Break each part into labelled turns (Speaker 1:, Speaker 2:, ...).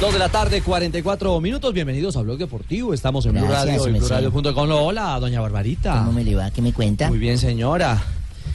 Speaker 1: Dos de la tarde, 44 minutos. Bienvenidos a Blog Deportivo. Estamos en Blue
Speaker 2: Gracias,
Speaker 1: Radio y
Speaker 2: mesero.
Speaker 1: BlueRadio.com. Hola, doña Barbarita.
Speaker 2: ¿Cómo me le va? ¿Qué me cuenta?
Speaker 1: Muy bien, señora.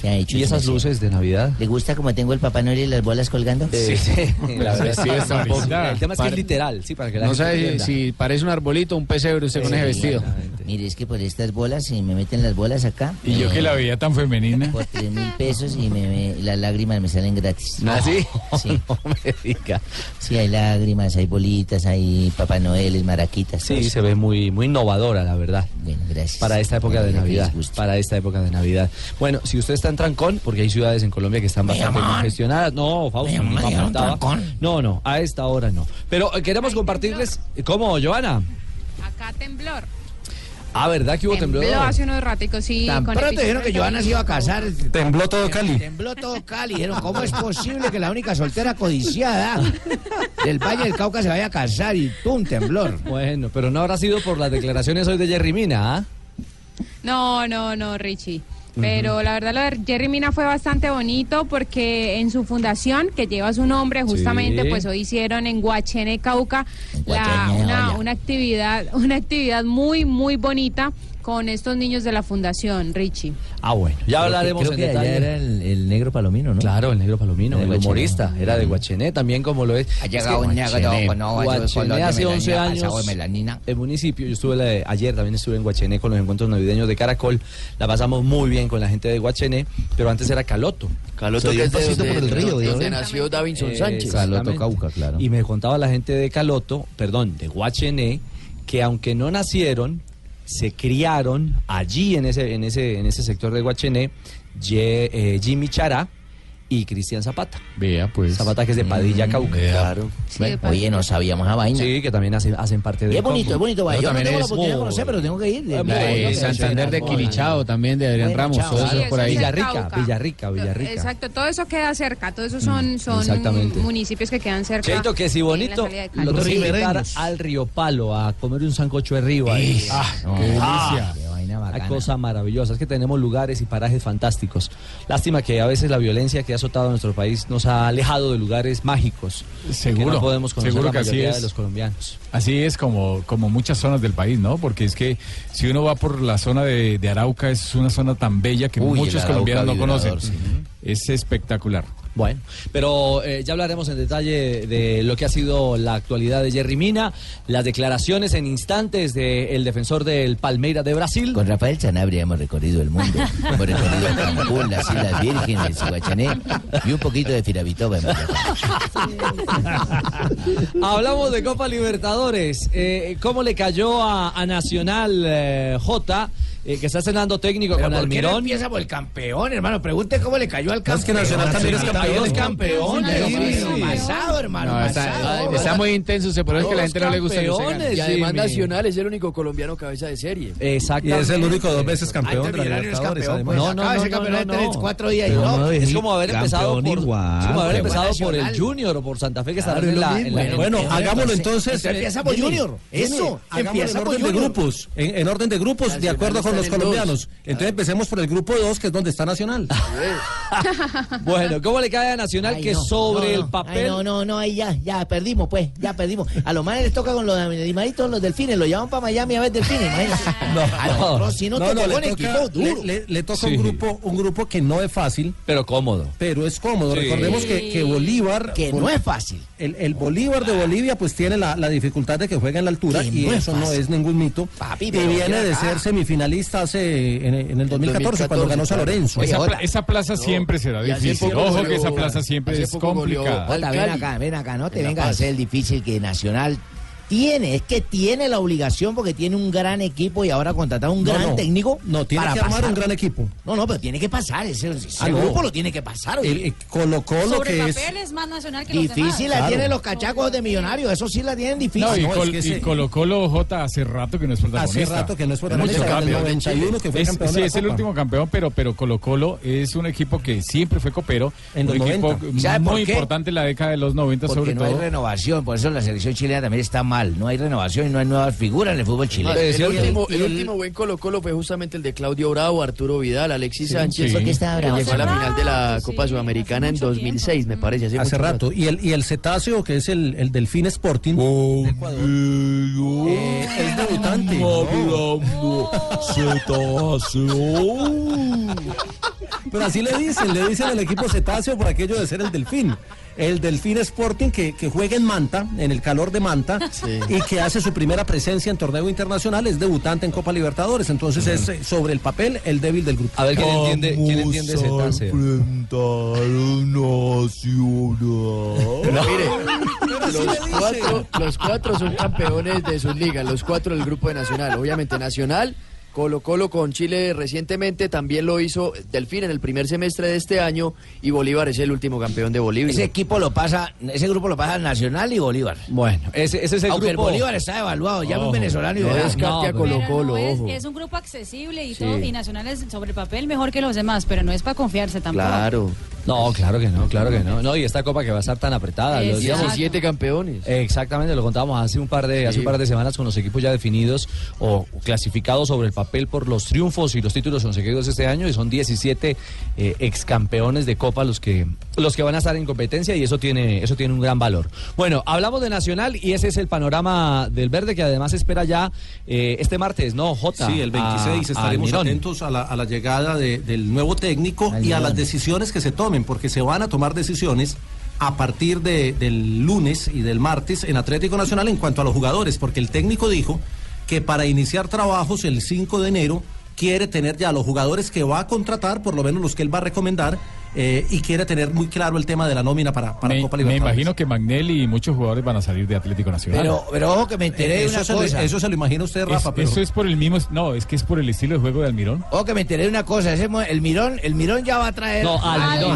Speaker 2: ¿Qué ha hecho
Speaker 1: ¿Y
Speaker 2: ese
Speaker 1: esas
Speaker 2: mesero?
Speaker 1: luces de Navidad?
Speaker 2: ¿Le gusta como tengo el Papá Noel y las bolas colgando?
Speaker 1: Eh, sí, la verdad.
Speaker 3: Sí, es tan
Speaker 1: Tampoco.
Speaker 3: bonita.
Speaker 1: El tema es que es
Speaker 3: Pare-
Speaker 1: literal, sí, para que la
Speaker 3: No
Speaker 1: gente
Speaker 3: sé
Speaker 1: entienda.
Speaker 3: si, si parece un arbolito o un pesebre usted con ese vestido.
Speaker 1: Exactamente.
Speaker 2: Mire, es que por estas bolas, si me meten las bolas acá.
Speaker 3: Y yo
Speaker 2: eh,
Speaker 3: que la veía tan femenina.
Speaker 2: Por tres mil pesos y me, me- las lágrimas me salen gratis.
Speaker 1: ¿Ah, sí?
Speaker 2: Sí.
Speaker 1: No me diga.
Speaker 2: Sí, hay lágrimas, hay bolitas, hay Papá Noel, maraquitas.
Speaker 1: Sí,
Speaker 2: todo
Speaker 1: se ve muy, muy innovadora, la verdad.
Speaker 2: Bueno, gracias.
Speaker 1: Para esta época
Speaker 2: Bueno,
Speaker 1: de
Speaker 2: lo que les
Speaker 1: Navidad.
Speaker 2: guste.
Speaker 1: Para esta época de Navidad. Bueno, si usted está en trancón, porque hay ciudades en Colombia que están bastante
Speaker 2: amor.
Speaker 1: congestionadas. No,
Speaker 2: Mi
Speaker 1: Fausto,
Speaker 2: amor,
Speaker 1: nunca
Speaker 2: me dieron
Speaker 1: faltaba.
Speaker 2: trancón.
Speaker 1: No, no, a esta hora no. Pero eh, queremos compartirles. ¿Cómo, Joana?
Speaker 4: Acá temblor.
Speaker 1: Ah, ¿verdad que hubo
Speaker 4: Tembló
Speaker 1: temblor?
Speaker 4: hace unos raticos, sí.
Speaker 5: Pero te dijeron
Speaker 4: epicentro
Speaker 5: que
Speaker 4: el
Speaker 5: Joana se iba a
Speaker 4: domingo.
Speaker 5: casar.
Speaker 3: Tembló todo Cali.
Speaker 5: Tembló todo Cali. Dijeron, ¿cómo es posible que la única soltera codiciada del Valle del Cauca se vaya a casar? Y ¡pum! Temblor.
Speaker 1: Bueno, pero no habrá sido por las declaraciones hoy de Jerry Mina, ¿ah?
Speaker 4: No, no, no, Richie. Pero la verdad, lo de Jerry Mina fue bastante bonito porque en su fundación, que lleva su nombre, justamente,
Speaker 1: Sí.
Speaker 4: pues hoy hicieron en Guachene, Cauca,
Speaker 2: En
Speaker 4: la-
Speaker 2: Guachené,
Speaker 4: una,
Speaker 2: vaya.
Speaker 4: una actividad, una actividad muy, muy bonita con estos niños de la fundación, Richie.
Speaker 1: Ah, bueno, ya
Speaker 2: Creo que-
Speaker 1: hablaremos
Speaker 2: creo
Speaker 1: en
Speaker 2: que allá
Speaker 1: detalle.
Speaker 2: era el, el negro palomino, ¿no?
Speaker 1: Claro, el negro palomino,
Speaker 2: Era
Speaker 1: el
Speaker 2: de Guachené.
Speaker 1: humorista, era de Guachené también como lo es.
Speaker 5: Ha
Speaker 1: Es
Speaker 5: llegado
Speaker 1: que
Speaker 5: un negro
Speaker 1: Guachené,
Speaker 5: con ojos de
Speaker 1: Guachené
Speaker 5: color de
Speaker 1: hace
Speaker 5: melanina,
Speaker 1: 11
Speaker 5: pasado
Speaker 1: años.
Speaker 5: de melanina.
Speaker 1: El municipio, yo estuve la- ayer también estuve en Guachené con los encuentros navideños de Caracol. La pasamos muy bien con la gente de Guachené, pero antes era Caloto.
Speaker 5: Caloto,
Speaker 1: que es de- de- donde
Speaker 4: nació
Speaker 5: Davinson
Speaker 1: Eh,
Speaker 5: Caloto.
Speaker 1: exactamente.
Speaker 2: Cauca, claro.
Speaker 1: Y me contaba la gente de Caloto, perdón, de Guachené, que aunque no nacieron, se criaron allí en ese, en ese, en ese sector de Guachené, Ye- eh, Jimmy Chará y Cristian Zapata.
Speaker 3: Vea, pues.
Speaker 1: Zapata que es de Padilla Cauca.
Speaker 3: Claro.
Speaker 4: Sí,
Speaker 2: Bueno,
Speaker 4: de parte-
Speaker 2: pues. oye, no sabíamos a vaina.
Speaker 1: Sí, que también hacen, hacen parte de
Speaker 2: Y es bonito, es bonito. vaya.
Speaker 3: Pero
Speaker 2: Yo no
Speaker 3: también
Speaker 2: tengo la
Speaker 3: es
Speaker 2: oportunidad de
Speaker 3: muy-
Speaker 2: conocer, pero tengo que ir.
Speaker 1: Es
Speaker 3: La
Speaker 1: Bueno,
Speaker 3: de
Speaker 1: pero
Speaker 3: Santander de Quilichao también, de Adrián
Speaker 2: Bueno,
Speaker 3: Ramos,
Speaker 2: chao.
Speaker 3: todos
Speaker 2: Sí,
Speaker 3: esos por ahí.
Speaker 4: eso es
Speaker 1: Villarrica,
Speaker 4: Cauca.
Speaker 1: Villarrica,
Speaker 4: Lo-
Speaker 1: Villarrica. Mm,
Speaker 4: Exacto, todo eso queda cerca, todo eso son, son
Speaker 1: exactamente.
Speaker 4: municipios que quedan cerca.
Speaker 1: Cheito, que si
Speaker 4: en la
Speaker 1: bonito,
Speaker 4: salida de Cali.
Speaker 1: lo tengo que invitar
Speaker 5: Ribereños.
Speaker 1: al Río Palo a comer un sancocho de río ahí.
Speaker 3: Ah,
Speaker 2: No,
Speaker 3: qué
Speaker 2: ah,
Speaker 3: delicia.
Speaker 2: qué vaina
Speaker 1: Una
Speaker 2: bacana.
Speaker 1: cosa maravillosa, es que tenemos lugares y parajes fantásticos. Lástima que a veces la violencia que ha azotado a nuestro país nos ha alejado de lugares mágicos. Que
Speaker 3: Seguro,
Speaker 1: no podemos conocer
Speaker 3: seguro
Speaker 1: la
Speaker 3: que así
Speaker 1: mayoría
Speaker 3: es.
Speaker 1: de los colombianos.
Speaker 3: Así es como, como muchas zonas del país, ¿no? Porque es que si uno va por la zona de, de Arauca, es una zona tan bella que
Speaker 2: Uy, el
Speaker 3: muchos
Speaker 2: Arauca
Speaker 3: colombianos no
Speaker 2: vibrador,
Speaker 3: conocen.
Speaker 2: sí.
Speaker 3: Es espectacular.
Speaker 1: Bueno, pero eh, ya hablaremos en detalle de lo que ha sido la actualidad de Jerry Mina, las declaraciones en instantes del defensor del Palmeira de Brasil.
Speaker 2: Con Rafael Sanabria hemos recorrido el mundo. Hemos recorrido Cancún, las Islas Vírgenes, Guachané y un poquito de Firavitoba. en Boyacá.
Speaker 1: Hablamos de Copa Libertadores. Eh, ¿Cómo le cayó a, a Nacional eh, J, eh, que está cenando técnico
Speaker 5: Pero
Speaker 1: con
Speaker 5: ¿por qué no
Speaker 1: Almirón?
Speaker 5: empieza por el campeón, hermano? Pregunte cómo le cayó al campeón.
Speaker 3: que Nacional también es
Speaker 5: Nacional
Speaker 1: campeón.
Speaker 5: es campeón.
Speaker 1: Sí,
Speaker 5: Pero
Speaker 1: sí.
Speaker 5: Pasado, hermano,
Speaker 3: No,
Speaker 5: pasado.
Speaker 3: está, está muy intenso, se pero es que a la gente no le gusta. que se gane.
Speaker 1: Campeones, Jimmy.
Speaker 5: es el único colombiano cabeza de serie.
Speaker 1: Exactamente.
Speaker 5: Campeón de Millonarios campeón. pues,
Speaker 1: No, no,
Speaker 5: acaba
Speaker 1: no,
Speaker 5: ese
Speaker 1: no,
Speaker 5: campeonato
Speaker 1: no,
Speaker 5: en
Speaker 1: no.
Speaker 5: cuatro días y
Speaker 1: Pero
Speaker 5: no.
Speaker 1: no, es como haber empezado por, es como haber
Speaker 5: Campeón
Speaker 1: empezado por el
Speaker 5: nacional.
Speaker 1: Junior o por Santa Fe que
Speaker 5: Claro,
Speaker 1: estarán en
Speaker 5: es lo
Speaker 1: la,
Speaker 5: mismo.
Speaker 1: en la-
Speaker 5: Bueno,
Speaker 6: Bueno,
Speaker 5: Entonces,
Speaker 6: hagámoslo
Speaker 5: entonces,
Speaker 6: entonces.
Speaker 5: empieza por
Speaker 6: Jimmy,
Speaker 5: Junior. Eso,
Speaker 6: Jimmy, hagámoslo
Speaker 5: empieza
Speaker 6: en
Speaker 5: por
Speaker 6: orden de
Speaker 5: Junior.
Speaker 6: grupos. En, en orden de grupos, de acuerdo a todos los colombianos. Entonces empecemos por el grupo 2, que es donde está Nacional.
Speaker 1: Bueno, ¿cómo le cae a Nacional
Speaker 6: Ay,
Speaker 1: que
Speaker 6: no,
Speaker 1: sobre
Speaker 6: no,
Speaker 1: el
Speaker 6: no.
Speaker 1: papel?
Speaker 6: Ay,
Speaker 5: No, no, no, ahí ya, ya perdimos, pues, ya perdimos. A los manes les toca con los animalitos, los delfines, lo llevan para Miami a ver delfines, imagínate. A los pros, si no, te tocó en
Speaker 6: le toca,
Speaker 5: equipo duro.
Speaker 6: le- le- le toca
Speaker 1: Sí.
Speaker 6: un grupo, un grupo que no es fácil.
Speaker 1: Pero cómodo.
Speaker 6: Pero es cómodo.
Speaker 1: Sí.
Speaker 6: Recordemos que, que Bolívar.
Speaker 5: Que no es fácil.
Speaker 6: El, el Bolívar de Bolivia, pues tiene la, la dificultad de que juega en la altura
Speaker 5: Que
Speaker 6: y
Speaker 5: no es
Speaker 6: eso no
Speaker 5: fácil.
Speaker 6: es ningún mito.
Speaker 5: Papi,
Speaker 6: y
Speaker 5: pero
Speaker 6: viene
Speaker 5: mira
Speaker 6: de
Speaker 5: acá.
Speaker 6: ser semifinalista hace en, en el 2014, cuando ganó San Lorenzo.
Speaker 3: Esa,
Speaker 5: Oye,
Speaker 3: pla- esa plaza siempre será
Speaker 7: y hace
Speaker 3: difícil.
Speaker 7: poco
Speaker 3: Ojo
Speaker 7: goleó-
Speaker 3: que esa plaza siempre
Speaker 7: hace
Speaker 3: es
Speaker 7: poco goleó
Speaker 3: complicada.
Speaker 7: al
Speaker 5: Jota, ven
Speaker 7: Cali.
Speaker 5: acá, ven acá, no te
Speaker 7: En La
Speaker 5: vengas a
Speaker 7: Paz.
Speaker 5: hacer el difícil que Nacional tiene, es que tiene la obligación porque tiene un gran equipo y ahora contratar un
Speaker 6: No,
Speaker 5: gran
Speaker 6: no.
Speaker 5: técnico.
Speaker 6: No, tiene
Speaker 5: para
Speaker 6: que armar
Speaker 5: pasar.
Speaker 6: un gran equipo.
Speaker 5: No, no, pero tiene que pasar, ese, ese
Speaker 6: Ah, no.
Speaker 5: grupo lo tiene que pasar. oye.
Speaker 6: El- el Colo Colo,
Speaker 7: Sobre
Speaker 6: que es.
Speaker 7: papel es más nacional que los
Speaker 5: difícil
Speaker 7: demás.
Speaker 5: la
Speaker 6: Claro.
Speaker 5: tienen los cachacos de millonarios, eso sí la tienen difícil.
Speaker 3: No, y,
Speaker 6: No, es
Speaker 3: Col-
Speaker 6: que
Speaker 3: y
Speaker 6: ese-
Speaker 3: Colo Colo J hace rato que no es protagonista.
Speaker 6: Hace rato que no es
Speaker 3: Mucho
Speaker 6: protagonista, desde el
Speaker 3: cambio.
Speaker 6: 91 que fue
Speaker 3: Es-
Speaker 6: campeón
Speaker 3: sí,
Speaker 6: de la
Speaker 3: es el
Speaker 6: Copa.
Speaker 3: último campeón, pero, pero Colo Colo es un equipo que siempre fue copero.
Speaker 6: En
Speaker 3: un
Speaker 6: los
Speaker 3: equipo
Speaker 6: 90.
Speaker 5: ¿Sabe por
Speaker 3: muy
Speaker 5: qué?
Speaker 3: importante en la década de los 90
Speaker 5: Porque
Speaker 3: sobre
Speaker 5: no hay
Speaker 3: todo.
Speaker 5: renovación, por eso la selección chilena también está mal. No hay renovación y no hay nuevas figuras en el fútbol chileno.
Speaker 7: Le
Speaker 1: decía
Speaker 7: decía
Speaker 1: el-
Speaker 7: el, último, el
Speaker 1: el-
Speaker 7: último buen Colo Colo fue justamente el de Claudio Bravo, Arturo Vidal, Alexis Sánchez.
Speaker 3: sí. ¿Por qué
Speaker 5: estaba
Speaker 7: que
Speaker 5: bravo?
Speaker 7: Llegó a la
Speaker 5: Hace
Speaker 7: final de la
Speaker 4: rato,
Speaker 7: Copa
Speaker 4: sí,
Speaker 7: Sudamericana
Speaker 4: hace
Speaker 7: en
Speaker 4: mucho
Speaker 7: 2006, me
Speaker 4: tiempo.
Speaker 7: parece. Hace,
Speaker 6: Hace
Speaker 7: mucho
Speaker 6: rato. Y el, y el cetáceo, que es el, el delfín Sporting. de Ecuador. Eh, es debutante. Pero así le dicen, le dicen al equipo cetáceo por aquello de ser el delfín. El delfín Sporting que, que juega en Manta, en el calor de Manta, y que hace su primera presencia en torneo internacional, es debutante en Copa Libertadores, entonces es eh, sobre el papel el débil del grupo.
Speaker 1: A ver quién entiende, quién entiende ese tase.
Speaker 7: Los cuatro, los cuatro son campeones de sus ligas, los cuatro del grupo de Nacional. Obviamente Nacional, Colo Colo con Chile recientemente, también lo hizo Delfín en el primer semestre de este año y Bolívar es el último campeón de Bolivia.
Speaker 5: Ese equipo lo pasa, ese grupo lo pasa Nacional y Bolívar.
Speaker 1: Bueno, ese, ese es el
Speaker 5: Aunque
Speaker 1: grupo.
Speaker 5: el Bolívar está evaluado, llame un
Speaker 3: Ojo.
Speaker 5: venezolano y
Speaker 7: No
Speaker 5: verá.
Speaker 7: descarte a
Speaker 1: pero-
Speaker 7: Colo
Speaker 8: Pero
Speaker 7: Colo,
Speaker 8: no es,
Speaker 7: ojo.
Speaker 8: es un grupo accesible y
Speaker 7: Sí.
Speaker 8: todo, y Nacional es sobre el papel mejor que los demás, pero no es para confiarse tampoco.
Speaker 7: Claro.
Speaker 1: No, claro que no, claro que no. No, y esta copa que va a estar tan apretada. lo
Speaker 8: Exacto.
Speaker 1: decíamos-
Speaker 7: 17 campeones.
Speaker 1: Exactamente, lo contábamos hace un par de hace un par de semanas con los equipos ya definidos o clasificados sobre el papel por los triunfos y los títulos conseguidos este año y son 17 eh, excampeones de Copa los que los que van a estar en competencia y eso tiene eso tiene un gran valor. Bueno, hablamos de Nacional y ese es el panorama del verde que además espera ya eh, este martes, ¿no? J.
Speaker 6: Sí, el 26 estaremos atentos a la, a la llegada de- del nuevo técnico y a las decisiones que se tomen, porque se van a tomar decisiones a partir de- del lunes y del martes en Atlético Nacional en cuanto a los jugadores, porque el técnico dijo que para iniciar trabajos el 5 de enero quiere tener ya los jugadores que va a contratar, por lo menos los que él va a recomendar, eh, y quiere tener muy claro el tema de la nómina para, para
Speaker 3: Me,
Speaker 6: Copa
Speaker 3: me
Speaker 6: Libertadores.
Speaker 3: imagino que Magnelli y muchos jugadores van a salir de Atlético Nacional.
Speaker 5: Pero, pero ojo que me enteré de
Speaker 6: Eh,
Speaker 5: una
Speaker 6: Eso se, lo,
Speaker 5: cosa.
Speaker 6: eso se lo imagina usted,
Speaker 3: Es-
Speaker 6: Rafa, pero...
Speaker 3: Eso es por el mismo. No, es que es por el estilo de juego de Almirón.
Speaker 5: Ojo Oh, que me enteré de una cosa. Ese, mo- el mirón, el mirón ya va a traer.
Speaker 1: No, Almirón,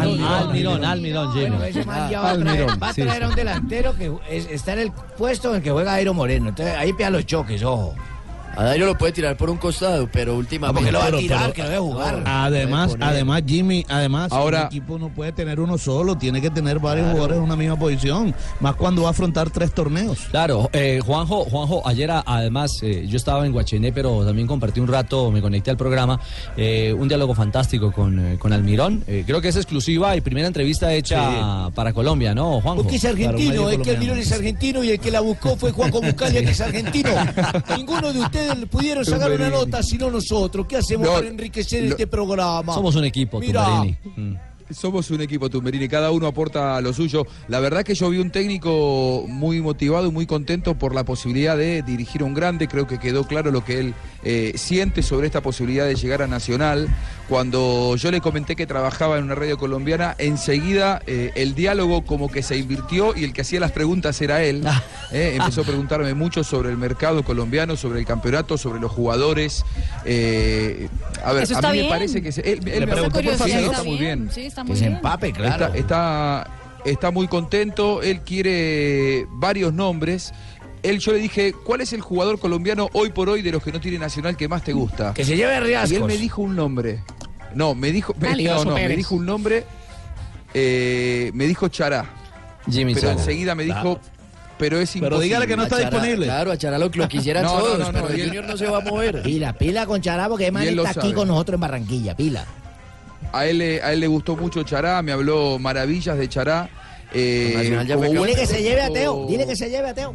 Speaker 1: Almirón,
Speaker 5: Almirón,
Speaker 1: Almirón, Jimmy.
Speaker 5: Bueno, ese man ya va a traer,
Speaker 1: Almirón,
Speaker 5: va a
Speaker 1: sí,
Speaker 5: traer a un
Speaker 1: sí.
Speaker 5: delantero que es- está en el puesto en el que juega Airo Moreno. Entonces ahí pega los choques, ojo.
Speaker 7: A Dairo lo puede tirar por un costado, pero
Speaker 5: No,
Speaker 7: últimamente.
Speaker 5: porque lo va a
Speaker 7: Pero-
Speaker 5: tirar,
Speaker 7: pero-
Speaker 5: que lo debe jugar.
Speaker 7: Además- además,
Speaker 6: Jimmy, además,
Speaker 9: Ahora-
Speaker 6: equipo no puede tener uno solo, tiene que tener varios jugadores en una misma posición, más cuando va a afrontar tres torneos.
Speaker 1: Claro, eh, Juanjo, Juanjo, ayer a- además eh, yo estaba en Guachené, pero también compartí un rato, me conecté al programa, eh, un diálogo fantástico con, eh, con Almirón. Eh, creo que es exclusiva y primera entrevista hecha para Colombia, ¿no, Juanjo?
Speaker 5: Porque es
Speaker 6: Claro,
Speaker 5: argentino,
Speaker 6: medio
Speaker 5: es que el
Speaker 6: colombiano.
Speaker 5: mirón es argentino y el que la buscó fue Juan Comucalia, que es argentino. Ninguno de ustedes pudieron sacar una nota, sino nosotros. ¿Qué hacemos
Speaker 9: No,
Speaker 5: para enriquecer
Speaker 9: lo-
Speaker 5: este programa?
Speaker 1: Somos un equipo,
Speaker 5: Mira.
Speaker 1: Tumberini. Mm.
Speaker 9: Somos un equipo Tumberini, cada uno aporta lo suyo. La verdad que yo vi un técnico muy motivado y muy contento por la posibilidad de dirigir a un grande. Creo que quedó claro lo que él eh, siente sobre esta posibilidad de llegar a Nacional. Cuando yo le comenté que trabajaba en una radio colombiana, enseguida eh, el diálogo como que se invirtió y el que hacía las preguntas era él. Eh, empezó a preguntarme mucho sobre el mercado colombiano, sobre el campeonato, sobre los jugadores. Eh, a ver,
Speaker 8: Eso
Speaker 9: a
Speaker 8: está
Speaker 9: mí me
Speaker 8: bien.
Speaker 9: parece que... se- él- él
Speaker 8: Esa
Speaker 9: me preguntó, por
Speaker 8: curiosidad
Speaker 9: favor, está muy bien.
Speaker 8: Sí, está
Speaker 5: Que
Speaker 8: muy
Speaker 5: se
Speaker 8: bien.
Speaker 5: empape, claro.
Speaker 9: Está, está, está muy contento, él quiere varios nombres. Él, yo le dije, ¿cuál es el jugador colombiano hoy por hoy de los que no tiene Nacional que más te gusta?
Speaker 5: Que se lleve a
Speaker 9: Y
Speaker 5: riascos.
Speaker 9: él me dijo un nombre. No, me dijo, me,
Speaker 4: Dale,
Speaker 9: no,
Speaker 4: Oso
Speaker 9: no, me
Speaker 4: Pérez.
Speaker 9: dijo un nombre, eh, me dijo Chará.
Speaker 1: Jimmy
Speaker 9: Pero
Speaker 1: Sala.
Speaker 9: enseguida me dijo, pero es imposible.
Speaker 10: Pero dígale que no está
Speaker 9: A Chará-
Speaker 10: disponible.
Speaker 7: Claro, a Chará lo, lo quisieran
Speaker 9: No, no,
Speaker 7: todos,
Speaker 9: no, no,
Speaker 7: pero el
Speaker 9: y él-
Speaker 7: Junior no se va a mover.
Speaker 5: Pila, pila con Chará, porque además
Speaker 9: Y él
Speaker 5: él
Speaker 9: lo
Speaker 5: está aquí
Speaker 9: sabe.
Speaker 5: con nosotros en Barranquilla, pila.
Speaker 9: A él, le- a él le gustó mucho Chará, me habló maravillas de Chará. eh,
Speaker 7: Nacional ya
Speaker 9: como
Speaker 7: fue
Speaker 9: buen
Speaker 5: Dile que se lleve a
Speaker 9: técnico-
Speaker 5: Teo, dile que se lleve a Teo.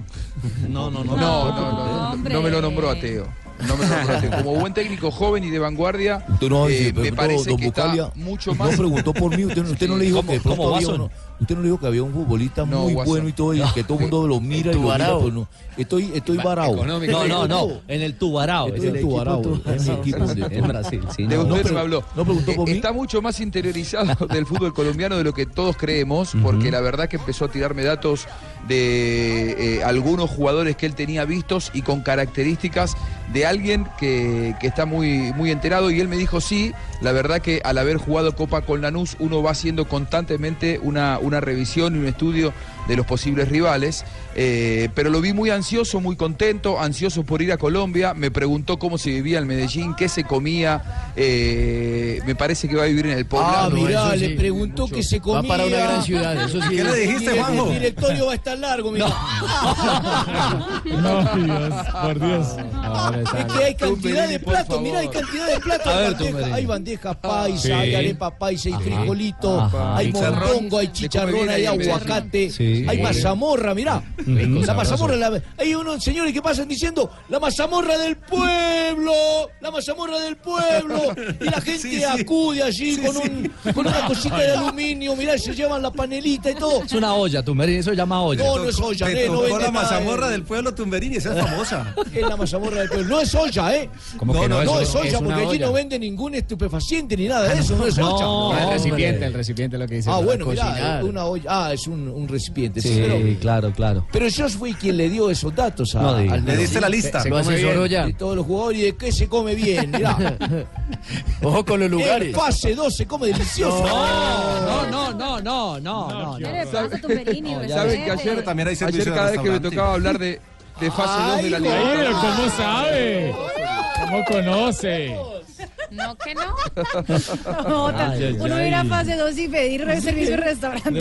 Speaker 9: No, no, no. No, no, no, no, me lo nombró ateo. No me lo nombró ateo. Como buen técnico joven y de vanguardia,
Speaker 11: Usted no,
Speaker 9: eh,
Speaker 11: se
Speaker 9: me
Speaker 11: preguntó,
Speaker 9: parece
Speaker 11: don
Speaker 9: que
Speaker 11: Bucalia,
Speaker 9: está mucho más.
Speaker 11: No preguntó por mí, usted, no- usted no le dijo que de pronto
Speaker 9: cómo
Speaker 11: había
Speaker 9: Watson?
Speaker 11: uno- usted no le dijo que había un futbolista
Speaker 9: No,
Speaker 11: muy
Speaker 9: Watson.
Speaker 11: bueno y todo, y que todo el mundo lo mira y lo mira,
Speaker 1: Tubarao.
Speaker 11: pues no. Estoy, estoy varado.
Speaker 1: No, no, no. En el Tubarao.
Speaker 11: Estoy en el Tubarao, es mi equipo.
Speaker 1: En Brasil, sí.
Speaker 9: de
Speaker 1: no.
Speaker 9: usted
Speaker 1: No,
Speaker 9: me
Speaker 1: pero-
Speaker 9: habló. Eh, Está mucho más interiorizado del fútbol colombiano de lo que todos creemos, porque la verdad que empezó a tirarme datos de eh, algunos jugadores que él tenía vistos y con características de alguien que, que está muy, muy enterado. Y él me dijo, sí, la verdad que al haber jugado Copa con Lanús, uno va haciendo constantemente una, una revisión y un estudio de los posibles rivales. Eh, pero lo vi muy ansioso, muy contento, ansioso por ir a Colombia. Me preguntó cómo se vivía en Medellín, qué se comía. Eh, me parece que va a vivir en el Poblado.
Speaker 11: Ah, mirá,
Speaker 9: Eso
Speaker 11: le
Speaker 9: sí.
Speaker 11: preguntó que se comía.
Speaker 9: Va para una gran ciudad, eso sí. ¿Qué le dijiste,
Speaker 11: Mire,
Speaker 9: Juanjo?
Speaker 11: El directorio va a estar largo, mira.
Speaker 3: No, Dios, por Dios.
Speaker 11: Es que hay cantidad de platos, mira, hay cantidad de platos.
Speaker 3: A
Speaker 11: hay,
Speaker 3: ver, tú,
Speaker 11: bandeja,
Speaker 3: Merini.
Speaker 11: hay bandeja paisa, hay
Speaker 3: Sí.
Speaker 11: arepa paisa, hay
Speaker 3: Ajá.
Speaker 11: frijolito,
Speaker 3: Ajá.
Speaker 11: hay
Speaker 3: Chicharrón.
Speaker 11: mondongo, hay
Speaker 3: Se come
Speaker 11: chicharrón,
Speaker 3: bien
Speaker 11: hay
Speaker 3: ahí en Medellín.
Speaker 11: aguacate,
Speaker 3: Sí.
Speaker 11: hay
Speaker 3: Sí.
Speaker 11: mazamorra, mirá.
Speaker 3: Rico,
Speaker 11: La
Speaker 3: sabroso.
Speaker 11: mazamorra, la- hay unos señores que pasan diciendo, la mazamorra del pueblo, la mazamorra del pueblo. Y la gente acude allí con, un, con una cosita de aluminio, mirá, se llevan la panelita y todo.
Speaker 1: Es una olla, Tumberini, eso se llama olla.
Speaker 11: No, no es olla,
Speaker 1: Te
Speaker 11: eh,
Speaker 1: tocó
Speaker 11: no vende
Speaker 1: la
Speaker 11: nada,
Speaker 1: mazamorra
Speaker 11: eh.
Speaker 1: del pueblo Tumberini, esa es famosa.
Speaker 11: Es la mazamorra del pueblo. No es olla, ¿eh?
Speaker 1: ¿Cómo
Speaker 11: no,
Speaker 1: que
Speaker 11: no,
Speaker 1: no?
Speaker 11: no
Speaker 1: Es
Speaker 11: es olla,
Speaker 1: una
Speaker 11: porque allí
Speaker 1: olla.
Speaker 11: no vende ningún estupefaciente ni nada de eso. No es
Speaker 1: no,
Speaker 11: olla.
Speaker 1: no, el recipiente,
Speaker 3: el recipiente lo que
Speaker 11: Ah, bueno, mirá, eh, una olla. Ah, es un, un recipiente. sí,
Speaker 1: Sí,
Speaker 11: pero,
Speaker 1: claro, claro.
Speaker 11: pero yo fui quien le dio esos datos a,
Speaker 1: No diga.
Speaker 11: al
Speaker 1: Le diste la lista.
Speaker 11: Se,
Speaker 1: Lo
Speaker 11: come
Speaker 1: asesoró
Speaker 11: bien
Speaker 1: ya.
Speaker 11: De todos los jugadores y de qué se come bien, mirá.
Speaker 7: Ojo con los lugares.
Speaker 11: El pase 2 se come delicioso.
Speaker 1: No, no, no, no, no, no.
Speaker 9: No, ya Saben que ayer,
Speaker 6: También hay servicio
Speaker 9: ayer
Speaker 6: de
Speaker 9: cada vez que me
Speaker 6: restaurante.
Speaker 9: tocaba hablar de, de fase 2 de la Liga.
Speaker 3: Ay, pero ¿cómo sabe? ¿Cómo conoce?
Speaker 12: No, que no.
Speaker 8: No, ta-
Speaker 3: Ay, ay,
Speaker 8: uno
Speaker 3: ay.
Speaker 8: ir a fase 2 y pedir re- servicio de restaurante.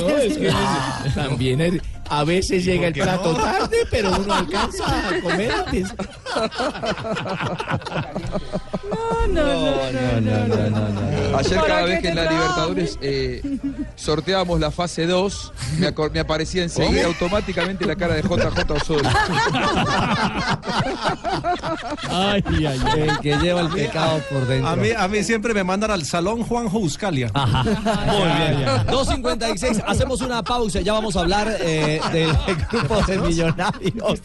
Speaker 5: También el- a veces llega el plato tarde, pero uno alcanza a comer antes.
Speaker 8: No, no, no. no, no.
Speaker 9: Ayer
Speaker 8: ¿Para
Speaker 9: cada
Speaker 8: qué
Speaker 9: vez que
Speaker 8: te
Speaker 9: en la
Speaker 8: trajo?
Speaker 9: Libertadores eh, sorteábamos la fase 2, me, acor- me aparecía enseguida automáticamente la cara de JJ Osorio.
Speaker 3: Ay, ay, ay.
Speaker 1: El que lleva el pecado por dentro.
Speaker 6: A mí, a mí siempre me mandan al salón Juanjo Buscalia.
Speaker 1: Muy bien. 2.56, hacemos una pausa y ya vamos a hablar eh, del grupo de millonarios.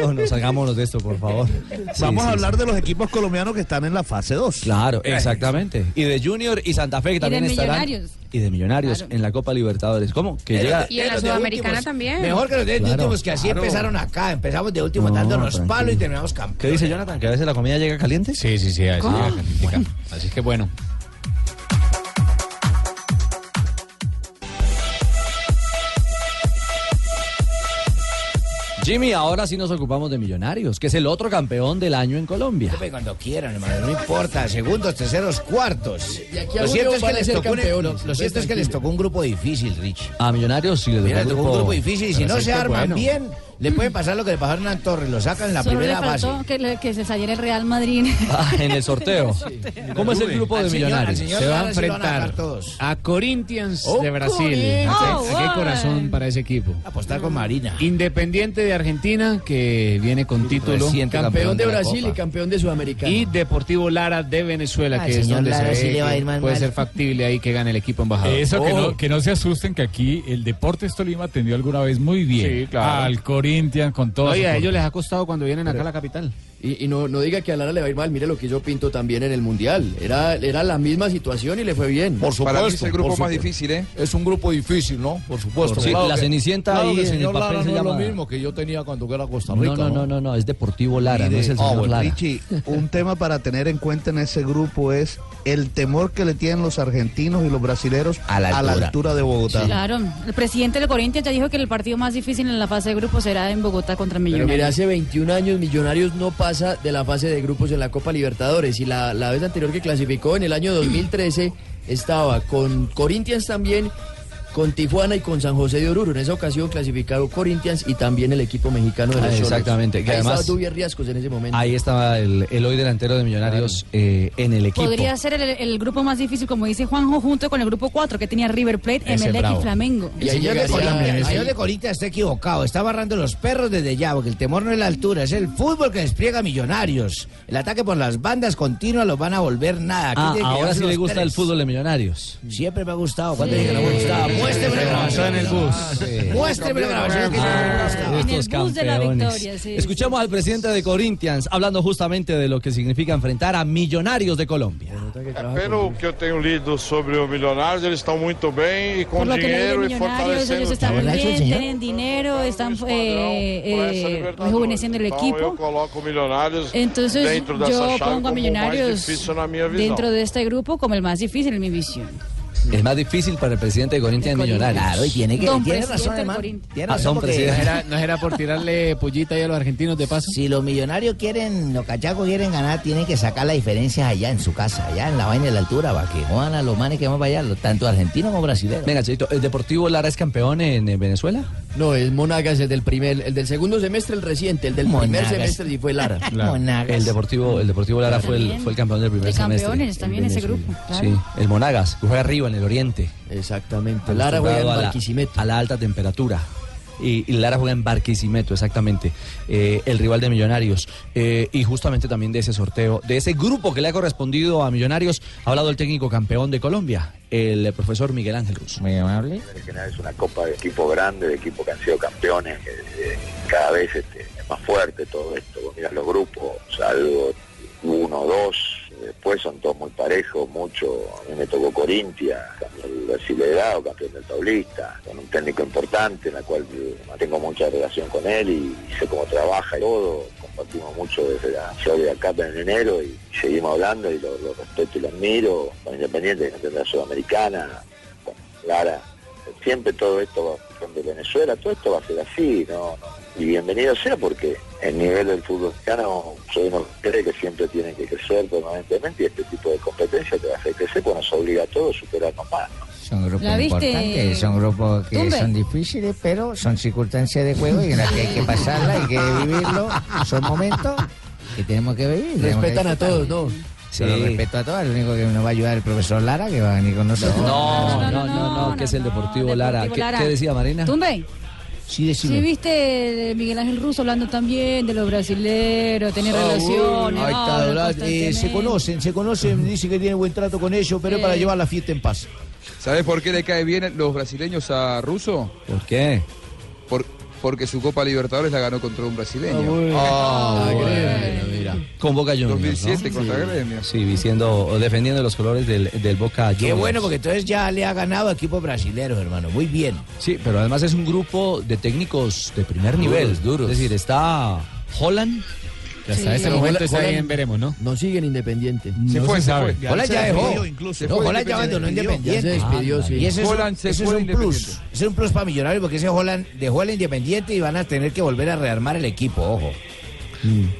Speaker 1: No, no, salgámonos de esto, por favor. Sí,
Speaker 10: Vamos
Speaker 1: sí,
Speaker 10: a hablar de los equipos colombianos que están en la fase 2.
Speaker 1: Claro, exactamente. Eh. Y de Junior y Santa Fe que
Speaker 12: Y
Speaker 1: también
Speaker 12: de
Speaker 1: estarán.
Speaker 12: Millonarios.
Speaker 1: Y de Millonarios en la Copa Libertadores. ¿Cómo? Que llega.
Speaker 12: Y en la
Speaker 5: Pero de
Speaker 12: Sudamericana
Speaker 5: últimos,
Speaker 12: también.
Speaker 5: Mejor que los de
Speaker 1: Claro,
Speaker 5: últimos, que así
Speaker 1: claro.
Speaker 5: empezaron acá. Empezamos de último, dándonos
Speaker 1: tranquilo.
Speaker 5: palos y terminamos campeón.
Speaker 1: ¿Qué dice Jonathan? ¿Que a veces la comida llega caliente?
Speaker 3: Sí, sí, sí. a veces
Speaker 1: ¿Cómo?
Speaker 3: llega calientica. Así que bueno.
Speaker 1: Jimmy, ahora sí nos ocupamos de Millonarios, que es el otro campeón del año en Colombia.
Speaker 5: Pues Cuando quieran, hermano, no importa. Segundos, terceros, cuartos.
Speaker 7: aquí a
Speaker 5: Lo
Speaker 7: junio
Speaker 5: cierto es que
Speaker 7: van a
Speaker 5: les
Speaker 7: ser
Speaker 5: tocó un-
Speaker 7: campeones,
Speaker 5: lo- lo
Speaker 7: ustedes
Speaker 5: cierto es que
Speaker 7: tranquilos.
Speaker 5: les tocó un grupo difícil, Rich.
Speaker 1: A Millonarios sí le tocó
Speaker 5: Mira,
Speaker 1: un
Speaker 5: tocó un
Speaker 1: grupo-
Speaker 5: grupo difícil y si
Speaker 1: Pero
Speaker 5: no
Speaker 1: sí
Speaker 5: se
Speaker 1: que
Speaker 5: arman
Speaker 1: bueno.
Speaker 5: bien, le puede pasar lo que le pasó a Hernán Torres. Lo sacan en la
Speaker 8: Solo
Speaker 5: primera
Speaker 8: le
Speaker 5: base.
Speaker 8: faltó que, le- que se saliera el Real Madrid.
Speaker 1: Ah, en el sorteo. ¿Cómo es el grupo de
Speaker 5: Al señor- al
Speaker 1: Millonarios?
Speaker 5: señor
Speaker 13: Se va a
Speaker 5: Lara sí lo van a
Speaker 13: enfrentar
Speaker 5: sacar todos.
Speaker 13: a Corinthians
Speaker 5: Oh,
Speaker 13: de Brasil.
Speaker 5: Corinthians.
Speaker 13: ¿A qué- a
Speaker 5: Oh,
Speaker 13: qué corazón para ese equipo?
Speaker 5: Apostar con Marina.
Speaker 13: Independiente de Argentina, que viene con título.
Speaker 7: campeón, de, Brasil y campeón de Sudamericana.
Speaker 13: Y Deportivo Lara de Venezuela,
Speaker 7: Ah,
Speaker 13: que
Speaker 7: el
Speaker 13: es
Speaker 7: señor
Speaker 13: donde
Speaker 7: Lara
Speaker 13: se
Speaker 7: sí
Speaker 13: ve
Speaker 7: le va a
Speaker 13: que
Speaker 7: ir más
Speaker 13: puede
Speaker 7: mal.
Speaker 13: ser factible ahí que gane el equipo embajador.
Speaker 3: Eso que,
Speaker 13: Ojo.
Speaker 3: no, que no se asusten que aquí el Deportes Tolima atendió alguna vez muy bien al Corinthians con todo.
Speaker 13: Oye,
Speaker 3: su
Speaker 13: a ellos
Speaker 3: cor-
Speaker 13: les ha costado cuando vienen acá a la capital.
Speaker 7: Y, y no, no diga que a Lara le va a ir mal, mire lo que hizo Pinto también en el Mundial. Era, era la misma situación y le fue bien. Por
Speaker 9: Para mí es el grupo más difícil, ¿eh?
Speaker 11: Es un grupo difícil, ¿no? Por supuesto.
Speaker 1: Sí, la
Speaker 11: que-
Speaker 1: Cenicienta
Speaker 11: claro
Speaker 1: ahí
Speaker 11: que
Speaker 1: en
Speaker 11: señor
Speaker 1: el papel
Speaker 11: Lara
Speaker 1: se
Speaker 11: no es
Speaker 1: llama-
Speaker 11: lo mismo que yo tenía cuando era Costa
Speaker 1: No,
Speaker 11: Rica.
Speaker 1: no, no, no, no, es Deportivo Lara, no es el
Speaker 10: Ah,
Speaker 1: señor
Speaker 10: bueno,
Speaker 1: Lara.
Speaker 10: Richie, un tema para tener en cuenta en ese grupo es el temor que le tienen los argentinos y los brasileros a la altura, de Bogotá.
Speaker 8: Claro, el presidente del Corinthians ya dijo que el partido más difícil en la fase de grupo será en Bogotá contra
Speaker 7: Pero mire,
Speaker 8: Millonarios.
Speaker 7: hace 21 años Millonarios no pasa de la fase de grupos en la Copa Libertadores. Y la, la vez anterior que clasificó en el año 2013 estaba con Corinthians también, con Tijuana y con San José de Oruro. En esa ocasión clasificado Corinthians y también el equipo mexicano de los
Speaker 1: Ah,
Speaker 7: Cholos.
Speaker 1: exactamente, que
Speaker 7: Ahí estaba
Speaker 1: además-
Speaker 7: Dubier Riascos en ese momento.
Speaker 1: Ahí estaba el, el hoy delantero de Millonarios eh, en el equipo.
Speaker 8: Podría ser el, el grupo más difícil, como dice Juanjo, junto con el grupo 4 que tenía River Plate,
Speaker 1: Ese
Speaker 8: Emelec
Speaker 1: bravo.
Speaker 8: y Flamengo.
Speaker 5: El señor, de Corinthians, el señor de Corinthians está equivocado, está barrando los perros desde ya, porque el temor no es la altura, es el fútbol que despliega millonarios. El ataque por las bandas continuas los van a volver nada. Aquí
Speaker 1: Ah,
Speaker 5: tiene que
Speaker 1: ahora
Speaker 5: llevarse
Speaker 1: sí le
Speaker 5: los
Speaker 1: gusta el
Speaker 5: tres.
Speaker 1: fútbol de Millonarios.
Speaker 5: Siempre me ha gustado. ¿Cuándo dije que no me gustaba? Muéstreme la grabación.
Speaker 1: en el bus.
Speaker 5: Muéstreme la grabación que
Speaker 1: Estos
Speaker 5: Ah, En el bus de la
Speaker 1: campeones.
Speaker 5: victoria, sí,
Speaker 1: Escuchamos al presidente de Corinthians hablando justamente de lo que significa enfrentar a Millonarios de Colombia.
Speaker 14: Pelo que eu tenho lido sobre o Milionários, eles estão muito bem e com
Speaker 8: Por lo que le
Speaker 14: dinheiro
Speaker 8: de
Speaker 14: e
Speaker 8: Millonarios, ellos
Speaker 14: fortalecendo o
Speaker 8: están
Speaker 14: time.
Speaker 8: muy bien, tienen dinero, están eh, eh, rejuveneciendo el
Speaker 14: Então eu
Speaker 8: equipo.
Speaker 14: coloco o Milionários
Speaker 8: Entonces
Speaker 14: dentro dessa
Speaker 8: yo
Speaker 14: chave como
Speaker 8: pongo a
Speaker 14: o mais
Speaker 8: Millonarios
Speaker 14: difícil na minha visão.
Speaker 8: dentro de este grupo como el más difícil en mi visión.
Speaker 1: Es más difícil para el presidente de Corinthians Millonarios.
Speaker 8: Claro, y tiene Don presidente del Corinthians.
Speaker 1: Tiene razón, porque-
Speaker 15: ¿No era, no era por tirarle pollita ahí a los argentinos de paso?
Speaker 5: Si los millonarios quieren, los cachacos quieren ganar, tienen que sacar las diferencias allá en su casa, allá en la vaina de la altura, para que jodan a los manes que van para allá, los- tanto argentinos como brasileños.
Speaker 1: Venga, Chayito, ¿el Deportivo Lara es campeón en, eh, Venezuela?
Speaker 7: No, es Monagas, el del primer, el del segundo semestre, el reciente, el del
Speaker 1: Monagas.
Speaker 7: primer semestre sí fue Lara.
Speaker 1: El Deportivo, el Deportivo Lara fue el,
Speaker 7: También.
Speaker 1: fue el campeón del primer
Speaker 7: De campeones,
Speaker 1: semestre.
Speaker 7: también
Speaker 1: El
Speaker 7: ese
Speaker 1: Venezuela.
Speaker 7: grupo, claro.
Speaker 1: Sí, el Monagas, que juega arriba en el oriente.
Speaker 7: Exactamente. Lara juega en
Speaker 1: Acostumbrado a la-
Speaker 7: Barquisimeto.
Speaker 1: A la, alta temperatura. Y, y Lara juega en Barquisimeto, exactamente. Eh, el rival de Millonarios. Eh, y justamente también de ese sorteo, de ese grupo que le ha correspondido a Millonarios, ha hablado el técnico campeón de Colombia, el profesor Miguel Ángel Russo. Muy amable.
Speaker 16: final es una copa de equipo grande, de equipos que han sido campeones, que, eh, cada vez este, es más fuerte todo esto. Vos mirás los grupos, salvo uno o dos, después son todos muy parejos, mucho. A mí me tocó Corintia, campeón del Brasileirao, campeón del Paulista, con un técnico importante en la cual eh, mantengo mucha relación con él y sé cómo trabaja y todo. Compartimos mucho desde la Flor de Acata en enero y seguimos hablando y lo, lo respeto y lo admiro. Con Independiente, campeón de la Sudamericana, con Lara siempre todo esto va de Venezuela, todo esto va a ser así, ¿no? Y bienvenido sea porque el nivel del fútbol mexicano, soy uno que cree que siempre tiene que crecer permanentemente y este tipo de competencia te va a hacer crecer cuando nos obliga a todos a superarnos más. ¿no?
Speaker 17: Son
Speaker 8: ¿La
Speaker 17: grupos
Speaker 8: viste?
Speaker 17: importantes, son grupos que
Speaker 8: Tumbe.
Speaker 17: son difíciles, pero son circunstancias de juego y en las que hay que pasarla, hay que vivirlo. Son momentos que tenemos que vivir. tenemos que
Speaker 7: Respetan a
Speaker 17: disfrutar.
Speaker 7: todos, ¿no?
Speaker 17: Sí. Pero respeto a todos, lo único que nos va a ayudar el profesor Lara, que va a venir con nosotros.
Speaker 1: No, no, no, no, que es el Deportivo, Lara.
Speaker 8: Deportivo
Speaker 1: ¿Qué,
Speaker 8: Lara.
Speaker 1: qué decía Marina?
Speaker 8: Tumbe,
Speaker 17: Sí,
Speaker 8: sí viste Miguel Ángel Russo hablando también de los brasileros, tener relaciones.
Speaker 5: Ahí está,
Speaker 8: hablan
Speaker 5: ¿verdad? Eh, se
Speaker 8: constantemente.
Speaker 5: conocen, se conocen, dice que tiene buen trato con ellos, pero es para
Speaker 8: Sí.
Speaker 5: llevar la fiesta en paz.
Speaker 9: ¿Sabes por qué le cae bien los brasileños a Russo?
Speaker 1: ¿Por qué?
Speaker 9: porque su Copa Libertadores la ganó contra un brasileño.
Speaker 1: Ah, bueno, mira. Con Boca Juniors.
Speaker 9: 2007 contra Gremio.
Speaker 1: Sí, diciendo, o defendiendo los colores del, del Boca Juniors.
Speaker 5: Qué bueno, porque entonces ya le ha ganado a equipos brasileños, hermano. Muy bien.
Speaker 1: Sí, pero además es un grupo de técnicos de primer nivel.
Speaker 7: duros.
Speaker 1: Es decir, está Holland.
Speaker 7: Ya está, ese Sí. momento está ahí en
Speaker 1: veremos, ¿no?
Speaker 7: No siguen Independiente.
Speaker 1: Se fue, se fue.
Speaker 5: Holland ya dejó.
Speaker 7: Se
Speaker 5: No,
Speaker 7: fue
Speaker 5: Holland ya abandonó Independiente.
Speaker 7: Ya se despidió, Ah, sí.
Speaker 5: Y ese es, un-
Speaker 7: Holland se
Speaker 5: ese es
Speaker 7: fue de
Speaker 5: un plus. Ese es un plus para Millonarios porque ese Holland dejó el Independiente y van a tener que volver a rearmar el equipo, ojo.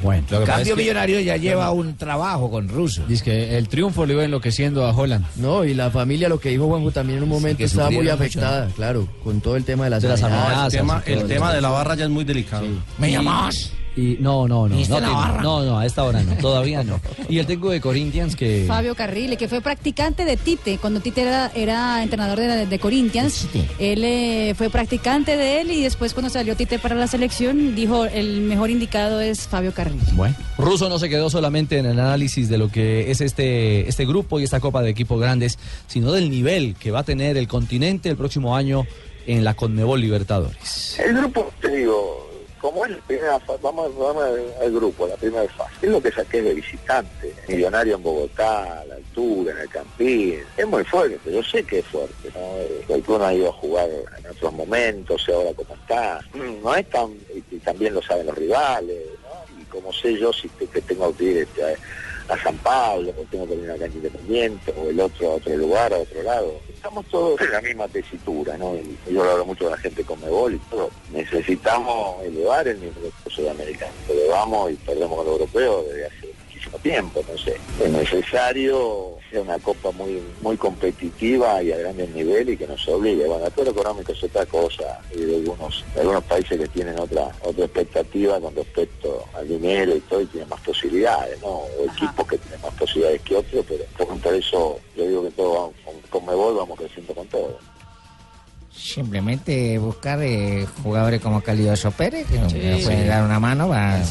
Speaker 15: Bueno,
Speaker 5: En cambio, Millonarios ya lleva un trabajo con Russo.
Speaker 15: Dice que el triunfo lo iba enloqueciendo a Holland.
Speaker 7: No, y la familia, lo que dijo Juanjo también en un momento,
Speaker 15: que
Speaker 7: estaba muy
Speaker 15: sufrieron mucho,
Speaker 7: afectada, claro, con todo el tema de las,
Speaker 15: De las
Speaker 7: amenazas.
Speaker 15: amenazas
Speaker 7: El tema-
Speaker 15: y todo
Speaker 7: el
Speaker 15: eso.
Speaker 7: tema de la barra
Speaker 6: ya es muy delicado.
Speaker 7: ¿Me
Speaker 1: Y-
Speaker 7: llamás?
Speaker 1: Y, no, no, no.
Speaker 7: ¿Viste
Speaker 1: No,
Speaker 7: la
Speaker 1: Tino,
Speaker 7: barra?
Speaker 1: no, no, a esta hora no. Todavía no. Y el técnico de Corinthians que...
Speaker 8: Fabio Carrile, que fue practicante de Tite, cuando Tite era, era entrenador de, la- de Corinthians, él eh, fue practicante de él y después cuando salió Tite para la selección dijo el mejor indicado es Fabio Carrile.
Speaker 1: Bueno. Russo no se quedó solamente en el análisis de lo que es este, este grupo y esta Copa de Equipos Grandes, sino del nivel que va a tener el continente el próximo año en la Conmebol Libertadores.
Speaker 16: El grupo, te digo, como es la primera fase, vamos, vamos al, al grupo, la primera fase. Es lo que saqué de visitante. Millonario en Bogotá, a la altura, en el Campín. Es muy fuerte, yo sé que es fuerte, ¿no? Eh, El club no ha ido a jugar en otros momentos, y ahora como está. Mm, No es tan, y, y también lo saben los rivales, ¿no? Y como sé yo si te- que tengo que ir este, a, a San Pablo, o tengo que ir a una cancha independiente, o el otro a otro lugar, a otro lado. Estamos todos en la misma tesitura, ¿no? Y yo lo hablo mucho con la gente con Mebol y todo. Necesitamos elevar el nivel sudamericano. Lo elevamos y perdemos con los europeos desde hace muchísimo tiempo, no sé. Es necesario sea una copa muy muy competitiva y a grandes niveles y que nos obligue. Bueno, todo lo económico es otra cosa y de algunos, de algunos países que tienen otra otra expectativa con respecto al dinero y todo y tienen más posibilidades, ¿no? O equipos que tienen más posibilidades que otros, pero por, por eso yo digo que todo va- con, con Mebol vamos creciendo con todo.
Speaker 17: Simplemente buscar eh, jugadores como Calidoso Pérez, que nos
Speaker 16: Sí.
Speaker 17: nos pueden
Speaker 16: Sí.
Speaker 17: dar una mano para,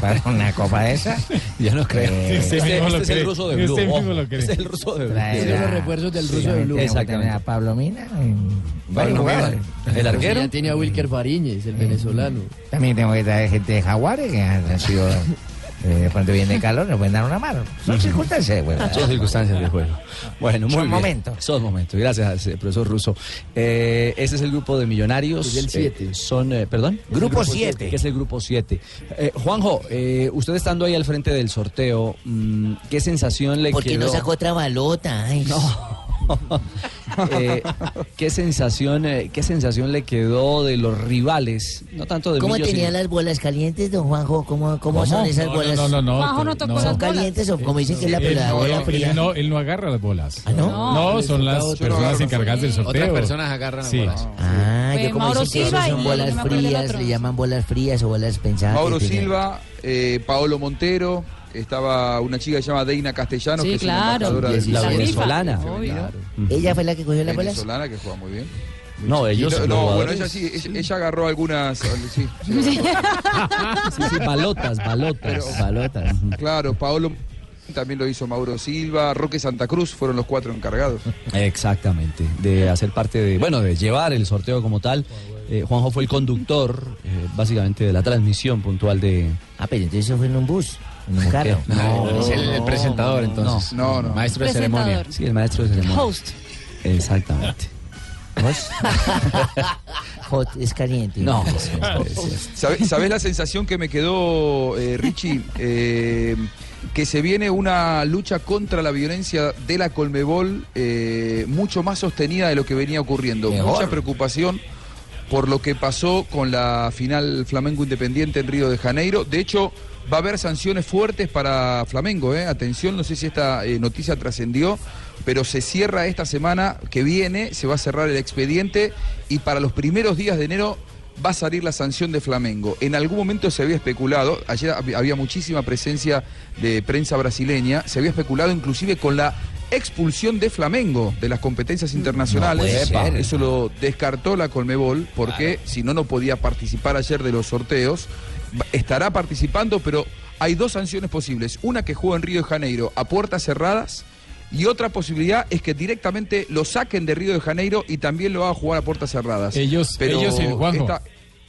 Speaker 17: para una copa de esa. Eh, Yo no creo.
Speaker 1: Este- este es el ruso de Blue. ojo. Este es el ruso de Blue.
Speaker 17: Exactamente. A
Speaker 1: Exactamente.
Speaker 17: Pablo Mina. mm,
Speaker 1: Pablo
Speaker 17: buen jugador.
Speaker 1: Mina, el arquero.
Speaker 7: Ya tiene a Wilker Fariñez, el venezolano.
Speaker 17: También tengo que traer gente de Jaguares, que han han sido. eh, de pronto viene calor, nos pueden dar una mano. Son circunstancias de juego.
Speaker 1: Son circunstancias del juego. Bueno, muy
Speaker 17: Son
Speaker 1: bien.
Speaker 17: momentos.
Speaker 1: Son momentos. Gracias, eh, profesor Russo. Eh, este es el grupo de millonarios.
Speaker 17: Es el
Speaker 1: Eh,
Speaker 17: siete.
Speaker 1: son, eh, perdón.
Speaker 17: el Grupo grupo siete. siete.
Speaker 1: Que es el grupo 7. Juanjo, eh, usted estando ahí al frente del sorteo, mm, ¿qué sensación le
Speaker 2: ¿Por qué
Speaker 1: quedó?
Speaker 2: no sacó otra balota? Ay,
Speaker 1: Eh, ¿qué, sensación, eh, ¿Qué sensación le quedó de los rivales? No tanto de
Speaker 2: ¿Cómo
Speaker 1: Millos,
Speaker 2: tenía
Speaker 1: sino-
Speaker 2: las bolas calientes, don Juanjo? ¿Cómo, cómo,
Speaker 1: ¿Cómo?
Speaker 2: son esas
Speaker 1: No, no,
Speaker 2: bolas?
Speaker 1: no, no, no, Juanjo no tocó no. las
Speaker 2: ¿Son
Speaker 1: bolas.
Speaker 2: calientes o como dicen que es la
Speaker 3: Él
Speaker 2: pelada
Speaker 3: no,
Speaker 2: bola
Speaker 3: él
Speaker 2: fría?
Speaker 3: no- él no agarra las bolas.
Speaker 13: Ah,
Speaker 2: no?
Speaker 3: No, son las personas encargadas del sorteo.
Speaker 15: Otras personas agarran las
Speaker 3: Sí.
Speaker 15: bolas.
Speaker 2: Ah,
Speaker 15: Fue
Speaker 2: yo como
Speaker 15: Mauro
Speaker 2: dicen que
Speaker 15: Silva
Speaker 2: esas son
Speaker 15: y no me
Speaker 2: bolas
Speaker 15: acuerdo del
Speaker 2: frías,
Speaker 15: otro.
Speaker 2: le llaman bolas frías o bolas
Speaker 1: Ah,
Speaker 2: pensadas.
Speaker 9: Mauro
Speaker 2: que tienen-
Speaker 9: Silva, eh, Paolo Montero, estaba una chica que se llama Deina Castellanos,
Speaker 2: Sí,
Speaker 9: que es
Speaker 2: claro.
Speaker 9: una embajadora del
Speaker 1: La
Speaker 9: fútbol.
Speaker 1: venezolana.
Speaker 9: Claro.
Speaker 2: Ella fue Pues la que cogió las bolas.
Speaker 9: Venezolana que juega muy bien.
Speaker 1: No, ellos.
Speaker 9: no,
Speaker 1: los
Speaker 9: no, bueno,
Speaker 1: jugadores.
Speaker 9: ella sí, ella, ella agarró algunas. Sí,
Speaker 1: Sí, sí, balotas, balotas, balotas.
Speaker 9: Claro, Paolo también lo hizo Mauro Silva, Roque Santa Cruz fueron los cuatro encargados.
Speaker 1: Exactamente, de hacer parte de, bueno, de llevar el sorteo como tal. Eh, Juanjo fue el conductor, eh, básicamente, de la transmisión puntual de... Ah, pero entonces fue en un bus, en un
Speaker 15: carro. Es el- el presentador, entonces.
Speaker 1: No, no.
Speaker 15: Maestro de Presentador. ceremonia.
Speaker 1: Sí, el maestro de ceremonia.
Speaker 15: Host.
Speaker 1: Exactamente.
Speaker 2: Hot, es caliente.
Speaker 1: No.
Speaker 9: ¿Sabes sabés la sensación que me quedó, eh, Richie? Eh, que se viene una lucha contra la violencia de la Colmebol eh, mucho más sostenida de lo que venía ocurriendo.
Speaker 11: Mejor.
Speaker 9: Mucha preocupación por lo que pasó con la final Flamengo Independiente en Río de Janeiro. De hecho, va a haber sanciones fuertes para Flamengo. ¿eh? Atención, no sé si esta eh, noticia trascendió, pero se cierra esta semana que viene, se va a cerrar el expediente y para los primeros días de enero va a salir la sanción de Flamengo. En algún momento se había especulado, ayer hab- había muchísima presencia de prensa brasileña, se había especulado inclusive con la expulsión de Flamengo de las competencias internacionales.
Speaker 11: puede ser.
Speaker 9: ¿eh? Eso lo descartó la Colmebol porque si no, no podía participar ayer de los sorteos. Va- Estará participando, pero hay dos sanciones posibles. Una que juega en Río de Janeiro a puertas cerradas y otra posibilidad es que directamente lo saquen de Río de Janeiro y también lo hagan jugar a puertas cerradas.
Speaker 3: Ellos,
Speaker 9: Pero
Speaker 3: ellos en Juanjo,
Speaker 9: esta-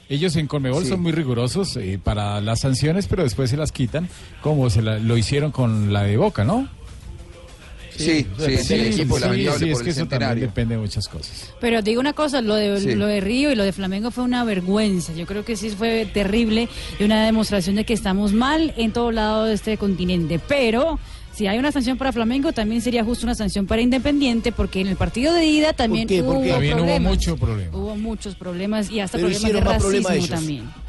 Speaker 3: ellos en Conmebol
Speaker 9: Sí.
Speaker 3: son muy rigurosos eh, para las sanciones, pero después se las quitan, como se la- lo hicieron con la de Boca, ¿no?
Speaker 9: Sí, sí, sí,
Speaker 3: sí,
Speaker 9: equipo
Speaker 3: sí,
Speaker 9: lamentable
Speaker 3: sí, es
Speaker 9: por
Speaker 3: que
Speaker 9: el
Speaker 3: eso también
Speaker 9: centenario.
Speaker 3: depende de muchas cosas.
Speaker 8: Pero digo una cosa, lo de,
Speaker 3: Sí.
Speaker 8: lo de Río y lo de Flamengo fue una vergüenza. Yo creo que sí fue terrible y una demostración de que estamos mal en todo lado de este continente. Pero si hay una sanción para Flamengo, también sería justo una sanción para Independiente, porque en el partido de ida también,
Speaker 3: qué?
Speaker 8: Hubo,
Speaker 3: ¿Por qué? También hubo
Speaker 8: problemas.
Speaker 3: mucho problema.
Speaker 8: Hubo muchos problemas y hasta
Speaker 7: Pero
Speaker 8: problemas de
Speaker 7: hicieron más
Speaker 8: racismo
Speaker 7: problema ellos.
Speaker 8: también.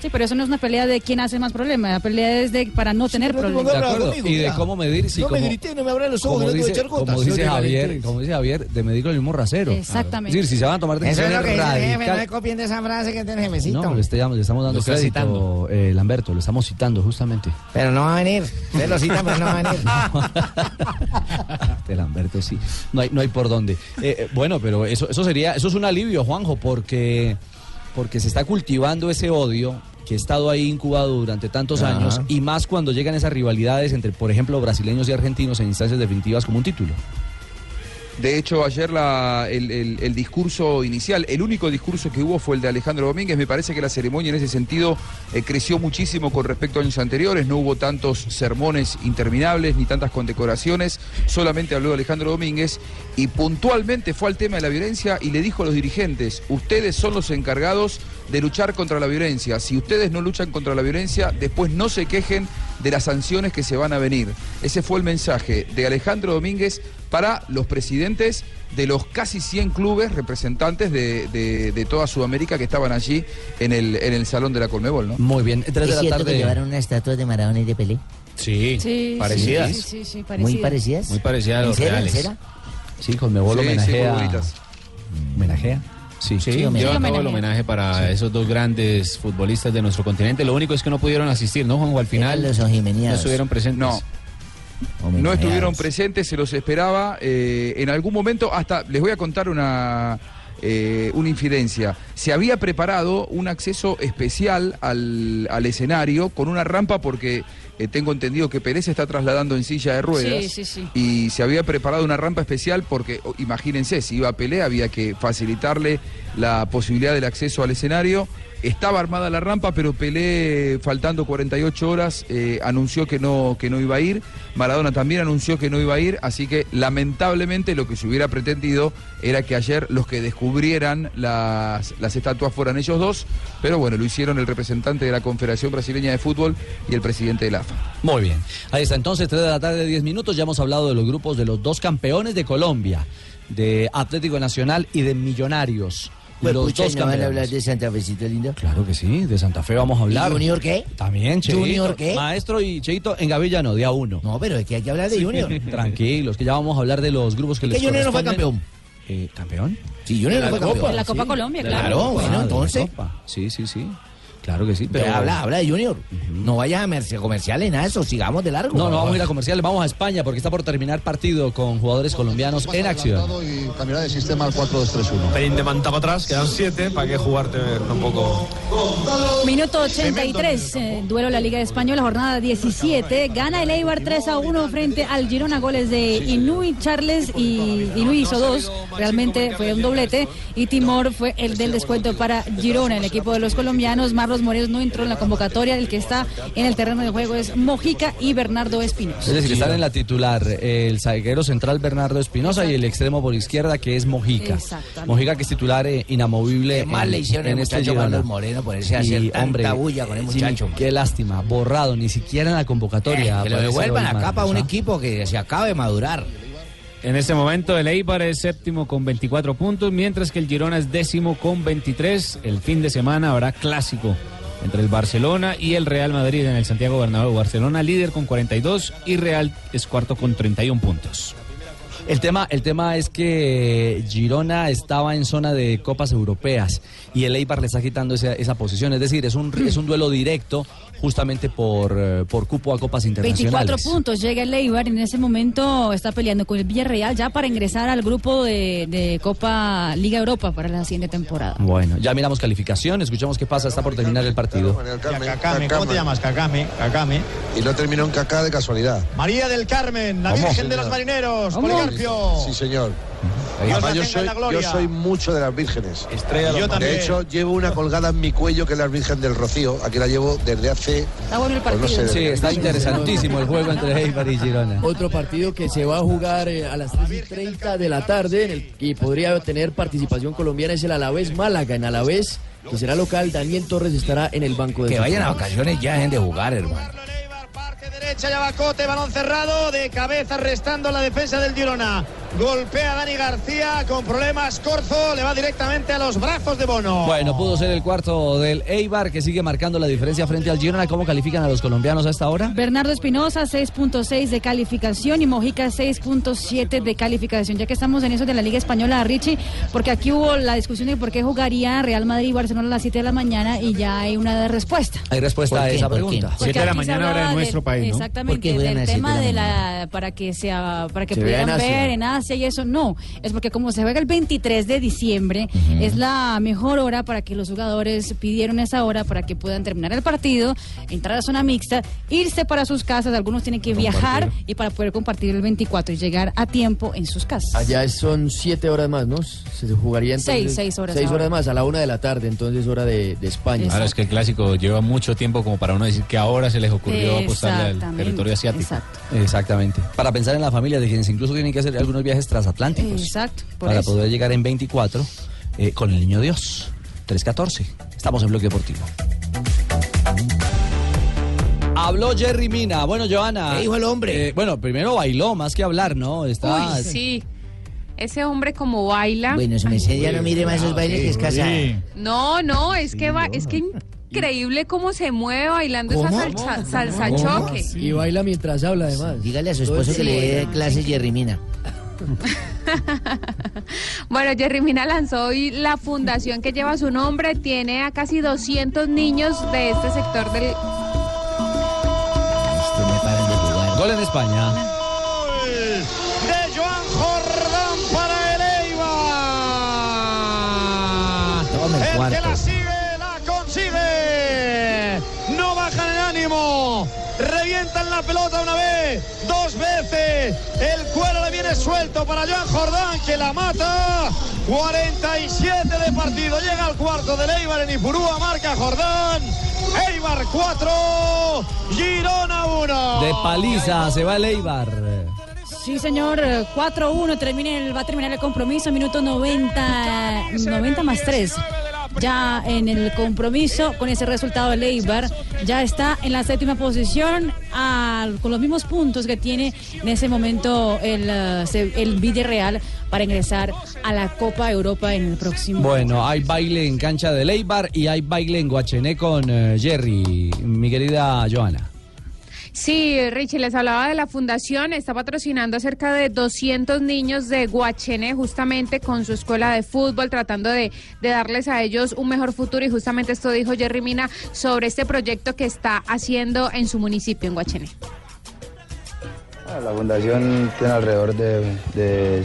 Speaker 8: Sí, pero eso no es una pelea de quién hace más problemas, la pelea es de para no tener
Speaker 7: pero no
Speaker 8: problemas.
Speaker 1: De acuerdo,
Speaker 7: conmigo,
Speaker 1: y de
Speaker 7: ya.
Speaker 1: cómo medir si
Speaker 7: No me
Speaker 1: como,
Speaker 7: grité, no me abran los ojos,
Speaker 1: como
Speaker 7: que no te voy a
Speaker 1: dice,
Speaker 7: echar gotas,
Speaker 1: como
Speaker 7: si no
Speaker 1: dice
Speaker 7: te
Speaker 1: Javier,
Speaker 7: calentéis.
Speaker 1: como dice Javier, de medir con el mismo rasero.
Speaker 8: Exactamente.
Speaker 1: Es decir, si se van a tomar
Speaker 17: Eso es
Speaker 1: decisiones
Speaker 17: lo que dice el jefe, no
Speaker 1: radicales-
Speaker 17: le copien de esa frase que tiene el jefecito.
Speaker 1: No, pues. le, estamos- le estamos dando
Speaker 17: Lo está
Speaker 1: crédito, eh, Lamberto, lo estamos citando justamente.
Speaker 17: Pero no va a venir. Se lo cita, pero no va a venir.
Speaker 1: De Lamberto, sí. No hay, no hay por dónde. Eh, eh, bueno, pero eso, eso sería, eso es un alivio, Juanjo, porque, porque se está cultivando ese odio que ha estado ahí incubado durante tantos
Speaker 17: Ajá.
Speaker 1: años y más cuando llegan esas rivalidades entre, por ejemplo, brasileños y argentinos en instancias definitivas como un título.
Speaker 9: De hecho, ayer la- el, el- el discurso inicial, el único discurso que hubo fue el de Alejandro Domínguez. Me parece que la ceremonia en ese sentido eh, creció muchísimo con respecto a años anteriores. No hubo tantos sermones interminables ni tantas condecoraciones. Solamente habló Alejandro Domínguez y puntualmente fue al tema de la violencia y le dijo a los dirigentes, ustedes son los encargados de luchar contra la violencia. Si ustedes no luchan contra la violencia, después no se quejen de las sanciones que se van a venir. Ese fue el mensaje de Alejandro Domínguez para los presidentes de los casi 100 clubes representantes de, de- de toda Sudamérica que estaban allí en el, en el salón de la Colmebol, ¿no?
Speaker 1: Muy bien,
Speaker 2: ¿Es cierto que llevaron unas estatuas de Maradona y de Pelé?
Speaker 15: Sí, parecidas.
Speaker 8: Sí, sí, sí,
Speaker 15: parecidas.
Speaker 17: Muy parecidas.
Speaker 15: Muy parecidas a
Speaker 17: ¿En
Speaker 15: los
Speaker 17: serio, en
Speaker 15: reales.
Speaker 17: serio?
Speaker 1: Sí, Conmebol
Speaker 15: Sí, sí,
Speaker 1: homenajea.
Speaker 15: favoritas.
Speaker 1: ¿Homenajea? Sí,
Speaker 15: Sí, lleva a cabo el homenaje para
Speaker 1: Sí.
Speaker 15: esos dos grandes futbolistas de nuestro continente. Lo único es que no pudieron asistir, ¿no, Juanjo? Al final no estuvieron presentes.
Speaker 9: No. No estuvieron presentes, se los esperaba. eh, en algún momento, hasta les voy a contar una, eh, una infidencia. Se había preparado un acceso especial al, al escenario con una rampa porque eh, tengo entendido que Pérez se está trasladando en silla de ruedas.
Speaker 8: Sí, sí, sí.
Speaker 9: Y se había preparado una rampa especial porque, o- imagínense, si iba a Pelé había que facilitarle la posibilidad del acceso al escenario. Estaba armada la rampa, pero Pelé, faltando 48 horas, eh, anunció que no, que no iba a ir. Maradona también anunció que no iba a ir, así que lamentablemente lo que se hubiera pretendido era que ayer los que descubrieran las, las estatuas fueran ellos dos, pero bueno, lo hicieron el representante de la Confederación Brasileña de Fútbol y el presidente de la AFA.
Speaker 1: Muy bien. Ahí está, entonces, 3 de la tarde, 10 minutos. Ya hemos hablado de los grupos de los dos campeones de Colombia, de Atlético Nacional y de Millonarios.
Speaker 17: Pues,
Speaker 1: los
Speaker 17: pucha,
Speaker 1: dos
Speaker 17: ¿no van a
Speaker 1: campeones.
Speaker 17: hablar de Santa Fecita lindo?
Speaker 1: Claro que sí, de Santa Fe vamos a hablar.
Speaker 17: ¿Y Junior qué?
Speaker 1: También, Cheito.
Speaker 17: ¿Junior qué?
Speaker 1: Maestro y Cheito en Gavilla no, día uno.
Speaker 17: No, pero es que hay que hablar de Junior.
Speaker 1: Tranquilos, que ya vamos a hablar de los grupos que
Speaker 17: Es
Speaker 1: les
Speaker 17: que Junior no fue
Speaker 1: corresponden. Eh, ¿Campeón?
Speaker 17: Sí, Junior no fue campeón. De la Copa Colombia, claro. Claro, bueno,
Speaker 1: de la
Speaker 17: entonces.
Speaker 1: Copa. Sí, sí, sí. Claro que sí.
Speaker 17: Pero
Speaker 1: Pero
Speaker 17: habla, habla de Junior. No vayas a merce- comerciales, nada de eso. Sigamos de largo.
Speaker 1: No, no vamos a ir a comerciales, vamos a España porque está por terminar partido con jugadores colombianos en acción.
Speaker 18: Y cambiará de sistema al 4-2-3-1. Pelín de manta para atrás, quedan 7. ¿Para qué jugarte tampoco?
Speaker 8: Minuto 83, eh, duelo de la Liga Española, jornada 17. Gana el Eibar 3 a 1 frente al Girona, goles de Inui Charles y, y Luis hizo dos. Realmente fue un doblete. Y Timor fue el del descuento para Girona, el equipo de los colombianos. Marlos Morelos no entró en la convocatoria. El que está en el terreno de juego es Mojica y Bernardo Espinosa.
Speaker 1: Es decir, están en la titular el zaguero central Bernardo Espinosa y el extremo por izquierda que es Mojica.
Speaker 17: Exactamente.
Speaker 1: Mojica que es titular eh, inamovible este
Speaker 17: Qué mal le hicieron al muchacho Marlos Moreno ponerse a hacer tanta bulla con el
Speaker 1: sí,
Speaker 17: muchacho.
Speaker 1: qué lástima, borrado, ni siquiera en la convocatoria.
Speaker 17: Eh, que lo
Speaker 1: aparece
Speaker 17: devuelvan
Speaker 1: hoy
Speaker 17: acá
Speaker 1: Marlos,
Speaker 17: para un
Speaker 1: ¿ah?
Speaker 17: equipo que se acaba de madurar.
Speaker 13: En este momento el Eibar es séptimo con 24 puntos, mientras que el Girona es décimo con 23. El fin de semana habrá clásico entre el Barcelona y el Real Madrid en el Santiago Bernabéu. Barcelona líder con 42 y Real es cuarto con 31 puntos.
Speaker 1: El tema, el tema es que Girona estaba en zona de copas europeas y el Eibar le está quitando esa, esa posición. Es decir, es un, es un duelo directo justamente por, eh, por cupo a copas
Speaker 8: 24
Speaker 1: internacionales.
Speaker 8: puntos llega el Eibar en ese momento está peleando con el Villarreal ya para ingresar al grupo de, de Copa Liga Europa para la siguiente temporada.
Speaker 1: Bueno, ya miramos calificación, escuchamos qué pasa, está por terminar el partido.
Speaker 19: Cacame, ¿cómo te llamas? Cacame, Cacame.
Speaker 18: Y no terminó en cacá de casualidad.
Speaker 19: María del Carmen, la
Speaker 18: ¿Cómo?
Speaker 19: Virgen de
Speaker 18: Señor.
Speaker 19: los Marineros,
Speaker 18: ¿Cómo?
Speaker 19: Policarpio.
Speaker 18: Sí, señor.
Speaker 19: Dios
Speaker 18: Papá,
Speaker 19: la
Speaker 18: yo,
Speaker 19: tenga en
Speaker 18: soy,
Speaker 19: la
Speaker 18: yo
Speaker 19: gloria.
Speaker 18: soy mucho de las vírgenes.
Speaker 19: de los Yo también.
Speaker 18: de hecho, llevo una colgada en mi cuello que es la Virgen del Rocío. Aquí la llevo desde hace. pues, no sé,
Speaker 1: sí,
Speaker 18: desde
Speaker 1: está
Speaker 18: hace-
Speaker 1: interesantísimo el juego entre Eibar y Girona.
Speaker 7: Otro partido que se va a jugar eh, a las 3 y 30 de la tarde en el- y podría tener participación colombiana es el Alavés Málaga. En Alavés, que será local, Daniel Torres estará en el banco de
Speaker 17: Que vayan a
Speaker 7: suplentes.
Speaker 17: vacaciones ya, dejen de jugar, hermano.
Speaker 19: Derecha Yabacote, balón cerrado, de cabeza restando la defensa del Girona. Golpea a Dani García con problemas. Corzo le va directamente a los brazos de Bono.
Speaker 1: Bueno, pudo ser el cuarto del Eibar que sigue marcando la diferencia frente al Girona. ¿Cómo califican a los colombianos a esta hora?
Speaker 8: Bernardo Espinosa 6.6 de calificación y Mojica 6.7 de calificación. Ya que estamos en eso de la Liga Española, Richie, porque aquí hubo la discusión de por qué jugaría Real Madrid y Barcelona a las 7 de la mañana y ya hay una respuesta.
Speaker 1: Hay respuesta a esa
Speaker 17: ¿Por qué?
Speaker 1: pregunta.
Speaker 17: ¿Por qué? Siete de la
Speaker 8: aquí se
Speaker 17: mañana, hora de
Speaker 8: hablaba
Speaker 17: nuestro país, ¿no? ¿Por qué
Speaker 8: Exactamente,
Speaker 17: juegan a
Speaker 8: del
Speaker 17: las
Speaker 8: tema
Speaker 17: siete
Speaker 8: de
Speaker 17: de la
Speaker 8: la para que sea para que
Speaker 17: Se vea en
Speaker 8: pudieran
Speaker 17: Asia.
Speaker 8: ver en Asia y eso no, es porque como se juega el 23 de diciembre, es la mejor hora para que los jugadores pidieron esa hora para que puedan terminar el partido, entrar a zona mixta, irse para sus casas, algunos tienen que viajar y para poder compartir el 24 y llegar a tiempo en sus casas.
Speaker 7: Allá son siete horas más, ¿no? Se jugaría entonces...
Speaker 8: Seis, seis horas
Speaker 7: Seis
Speaker 8: ahora.
Speaker 7: horas más, a la una de la tarde, entonces hora de, de España.
Speaker 3: Ahora es que el clásico lleva mucho tiempo como para uno decir que ahora se les ocurrió apostarle al
Speaker 8: Exactamente,
Speaker 3: territorio asiático.
Speaker 8: exacto.
Speaker 1: Exactamente. Para pensar en la familia de quienes incluso tienen que hacer algunos viajes transatlánticos.
Speaker 8: Exacto, por
Speaker 1: para
Speaker 8: eso.
Speaker 1: poder llegar en 24 eh, con el niño Dios. 314. Estamos en bloque deportivo. Habló Jerry Mina. Bueno, Joana.
Speaker 4: ¿Qué dijo el hombre?
Speaker 1: eh, bueno, primero bailó, más que hablar, ¿no? Está,
Speaker 4: Uy, Ah, sí. Ese hombre como baila.
Speaker 1: Bueno,
Speaker 17: su merced ya no mire más esos bailes que es casada.
Speaker 4: No, no, es que va, es que increíble cómo se mueve bailando
Speaker 7: ¿Cómo?
Speaker 4: esa salsa, salsa
Speaker 7: ¿Cómo?
Speaker 4: choque.
Speaker 7: Y baila mientras habla, además.
Speaker 2: Dígale a su esposo que le dé clases Jerry Mina.
Speaker 4: Bueno, Jerry Mina lanzó hoy la fundación que lleva su nombre. Tiene a casi 200 niños de este sector del
Speaker 1: Gol en España.
Speaker 18: Pues,
Speaker 19: de Joan Jordán para el Eibar.
Speaker 1: Toma el
Speaker 19: El que
Speaker 1: cuarto.
Speaker 19: la sigue, la consigue. No bajan el ánimo. Revientan la pelota una vez, dos veces. El cuero le viene suelto para Joan Jordán que la mata. 47 de partido. Llega al cuarto del Eibar en Ipurúa. Marca Jordán. Eibar 4. Girona 1.
Speaker 1: De paliza se va el Eibar.
Speaker 8: Sí, señor, eh, 4-1, termina el- va a terminar el compromiso, minuto 90, 90 más 3. Ya en el compromiso, con ese resultado, el Eibar ya está en la séptima posición, al- con los mismos puntos que tiene en ese momento el, eh, se- el Villarreal para ingresar a la Copa Europa en el próximo.
Speaker 1: Bueno, hay baile en cancha de Leibar y hay baile en Guachené con eh, Jerry, mi querida Joana.
Speaker 4: Sí, Richie, les hablaba de la fundación. Está patrocinando a cerca de 200 niños de Guachené, justamente con su escuela de fútbol, tratando de, de darles a ellos un mejor futuro. Y justamente esto dijo Jerry Mina sobre este proyecto que está haciendo en su municipio, en Guachené.
Speaker 20: Ah, La fundación tiene alrededor de, de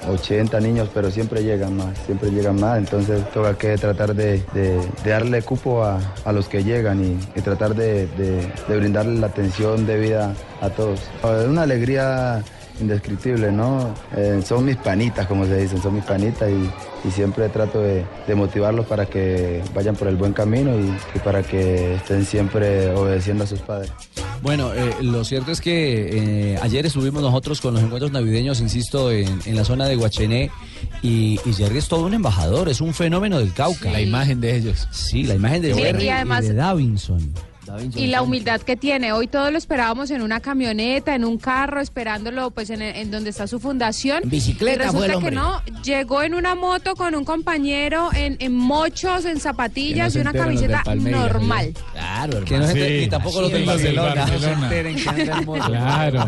Speaker 20: 180 niños, pero siempre llegan más, siempre llegan más, entonces toca que tratar de, de- de darle cupo a, a los que llegan y, y tratar de, de- de brindarle la atención debida a todos. Ah, Es una alegría indescriptible, ¿no? Eh, son mis panitas, como se dicen, son mis panitas y, y siempre trato de, de motivarlos para que vayan por el buen camino y- y para que estén siempre obedeciendo a sus padres.
Speaker 1: Bueno, eh, lo cierto es que eh, ayer estuvimos nosotros con los encuentros navideños, insisto, en, en la zona de Guachené y, y Jerry es todo un embajador, es un fenómeno del Cauca. La imagen de ellos. Sí, la imagen de
Speaker 4: Sí, y
Speaker 1: Jerry y,
Speaker 4: además-
Speaker 1: de Davinson.
Speaker 4: Y la humildad que tiene. Hoy todos lo esperábamos en una camioneta, en un carro, esperándolo pues en, en donde está su fundación.
Speaker 5: bicicleta
Speaker 4: Y resulta
Speaker 5: fue el
Speaker 4: que
Speaker 5: hombre.
Speaker 4: no, llegó en una moto con un compañero en, en mochos, en
Speaker 1: Que no
Speaker 4: zapatillas
Speaker 1: se
Speaker 4: y una
Speaker 1: enteren los del
Speaker 4: camiseta
Speaker 1: Palmeiras,
Speaker 4: normal.
Speaker 5: Claro,
Speaker 1: Que no se enter- y tampoco los del Barcelona.
Speaker 3: Claro.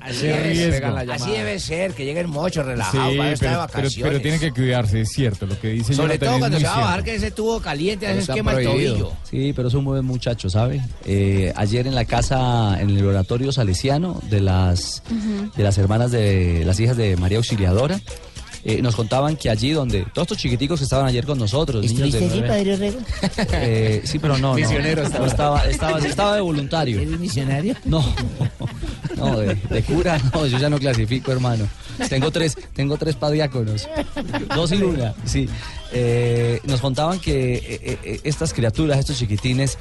Speaker 5: Así,
Speaker 3: Qué
Speaker 5: debe
Speaker 3: riesgo.
Speaker 5: ser, así debe ser, que lleguen muchos
Speaker 3: Sí,
Speaker 5: relajados para estar de
Speaker 3: pero, pero,
Speaker 5: vacaciones.
Speaker 3: pero tiene que cuidarse, es cierto, lo que dice
Speaker 5: Sobre
Speaker 3: Jonathan
Speaker 5: todo
Speaker 3: es
Speaker 5: cuando
Speaker 3: muy
Speaker 5: se va a
Speaker 3: cierto.
Speaker 5: bajar que ese tubo caliente, a veces
Speaker 1: Está
Speaker 5: quema el
Speaker 1: prohibido.
Speaker 5: tobillo.
Speaker 1: Sí, pero es un buen muchacho, ¿sabe? Eh, ayer en la casa, en el oratorio salesiano de las de las hermanas de las hijas de María Auxiliadora. eh, nos contaban que allí donde todos estos chiquiticos que estaban ayer con nosotros, niños de
Speaker 17: ¿Estuviste allí, Padre
Speaker 1: nueve-
Speaker 17: Orrego?
Speaker 1: eh, sí, pero no, no.
Speaker 17: Misionero
Speaker 1: No
Speaker 17: estaba.
Speaker 1: estaba, estaba, estaba de voluntario. ¿Eres
Speaker 17: misionario?
Speaker 1: No, no, de, de cura, no, yo ya no clasifico, hermano. Tengo tres, tengo tres padiáconos. Dos y una, sí. Eh, nos contaban que eh, eh, estas criaturas, estos chiquitines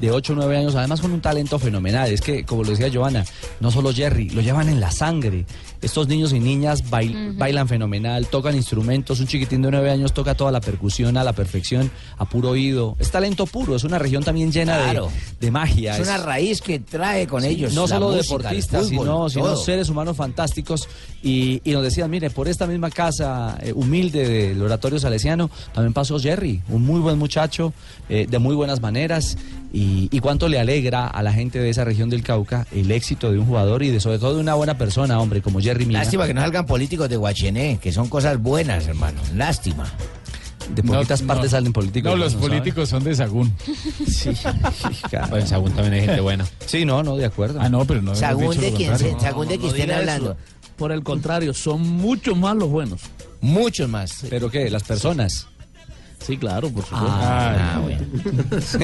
Speaker 1: de 8 o 9 años, además con un talento fenomenal. Es que, como lo decía Joana, no solo Jerry, lo llevan en la sangre. Estos niños y niñas bail- bailan fenomenal, tocan instrumentos. Un chiquitín de 9 años toca toda la percusión a la perfección, a puro oído. Es talento puro, es una región también llena de-
Speaker 5: Claro.
Speaker 1: de, magia.
Speaker 5: Es una raíz que trae con
Speaker 1: Sí,
Speaker 5: ellos.
Speaker 1: No
Speaker 5: la
Speaker 1: solo
Speaker 5: música, el
Speaker 1: deportistas,
Speaker 5: fútbol,
Speaker 1: sino, sino
Speaker 5: todo.
Speaker 1: seres humanos fantásticos. Y, y nos decían, mire, por esta misma casa eh, humilde del oratorio salesiano, también pasó Jerry, un muy buen muchacho, eh, de muy buenas maneras. Y, y cuánto le alegra a la gente de esa región del Cauca el éxito de un jugador y de, sobre todo de una buena persona, hombre, como Jerry Mina.
Speaker 5: Lástima que no salgan políticos de Guachené, que son cosas buenas, hermano. Lástima.
Speaker 1: De poquitas partes salen políticos.
Speaker 3: No, los
Speaker 1: ¿sabe?
Speaker 3: políticos son de Sagún.
Speaker 1: Sí. Ah,
Speaker 15: Pues en Sagún también hay gente buena.
Speaker 1: Sí, no, no, de acuerdo.
Speaker 3: Ah, no, pero no.
Speaker 15: Sagún de quien se-
Speaker 5: Sagún de quien estén
Speaker 21: diga
Speaker 5: hablando.
Speaker 21: eso. Por el contrario, son muchos más los buenos.
Speaker 5: Muchos más.
Speaker 1: ¿Pero qué? ¿Las personas?
Speaker 21: Sí, claro, por supuesto.
Speaker 1: Ah,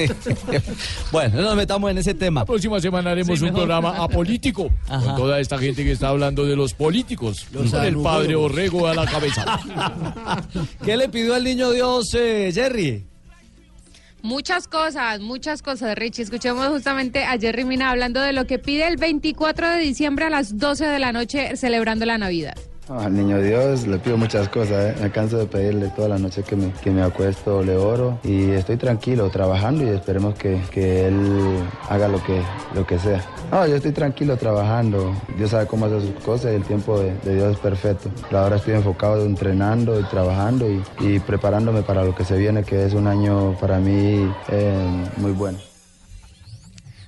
Speaker 1: bueno, no nos metamos en ese tema. La
Speaker 21: próxima semana haremos
Speaker 1: Sí,
Speaker 21: un
Speaker 1: mejor.
Speaker 21: programa apolítico
Speaker 1: Ajá.
Speaker 21: con toda esta gente que está hablando de los políticos.
Speaker 1: Los
Speaker 21: con el padre
Speaker 1: anubólogos.
Speaker 21: Orrego a la cabeza.
Speaker 1: ¿Qué le pidió al niño Dios, eh, Jerry?
Speaker 4: Muchas cosas, muchas cosas, Richie. Escuchemos justamente a Jerry Mina hablando de lo que pide el 24 de diciembre a las 12 de la noche celebrando la Navidad.
Speaker 20: No, al Ah, niño Dios le pido muchas cosas, ¿eh? me canso de pedirle toda la noche que me, que me acuesto, le oro y estoy tranquilo trabajando y esperemos que, que él haga lo que, lo que sea. No, yo estoy tranquilo trabajando, Dios sabe cómo hacer sus cosas y el tiempo de, de Dios es perfecto. Pero ahora estoy enfocado entrenando y trabajando y, y preparándome para lo que se viene, que es un año para mí eh, muy bueno.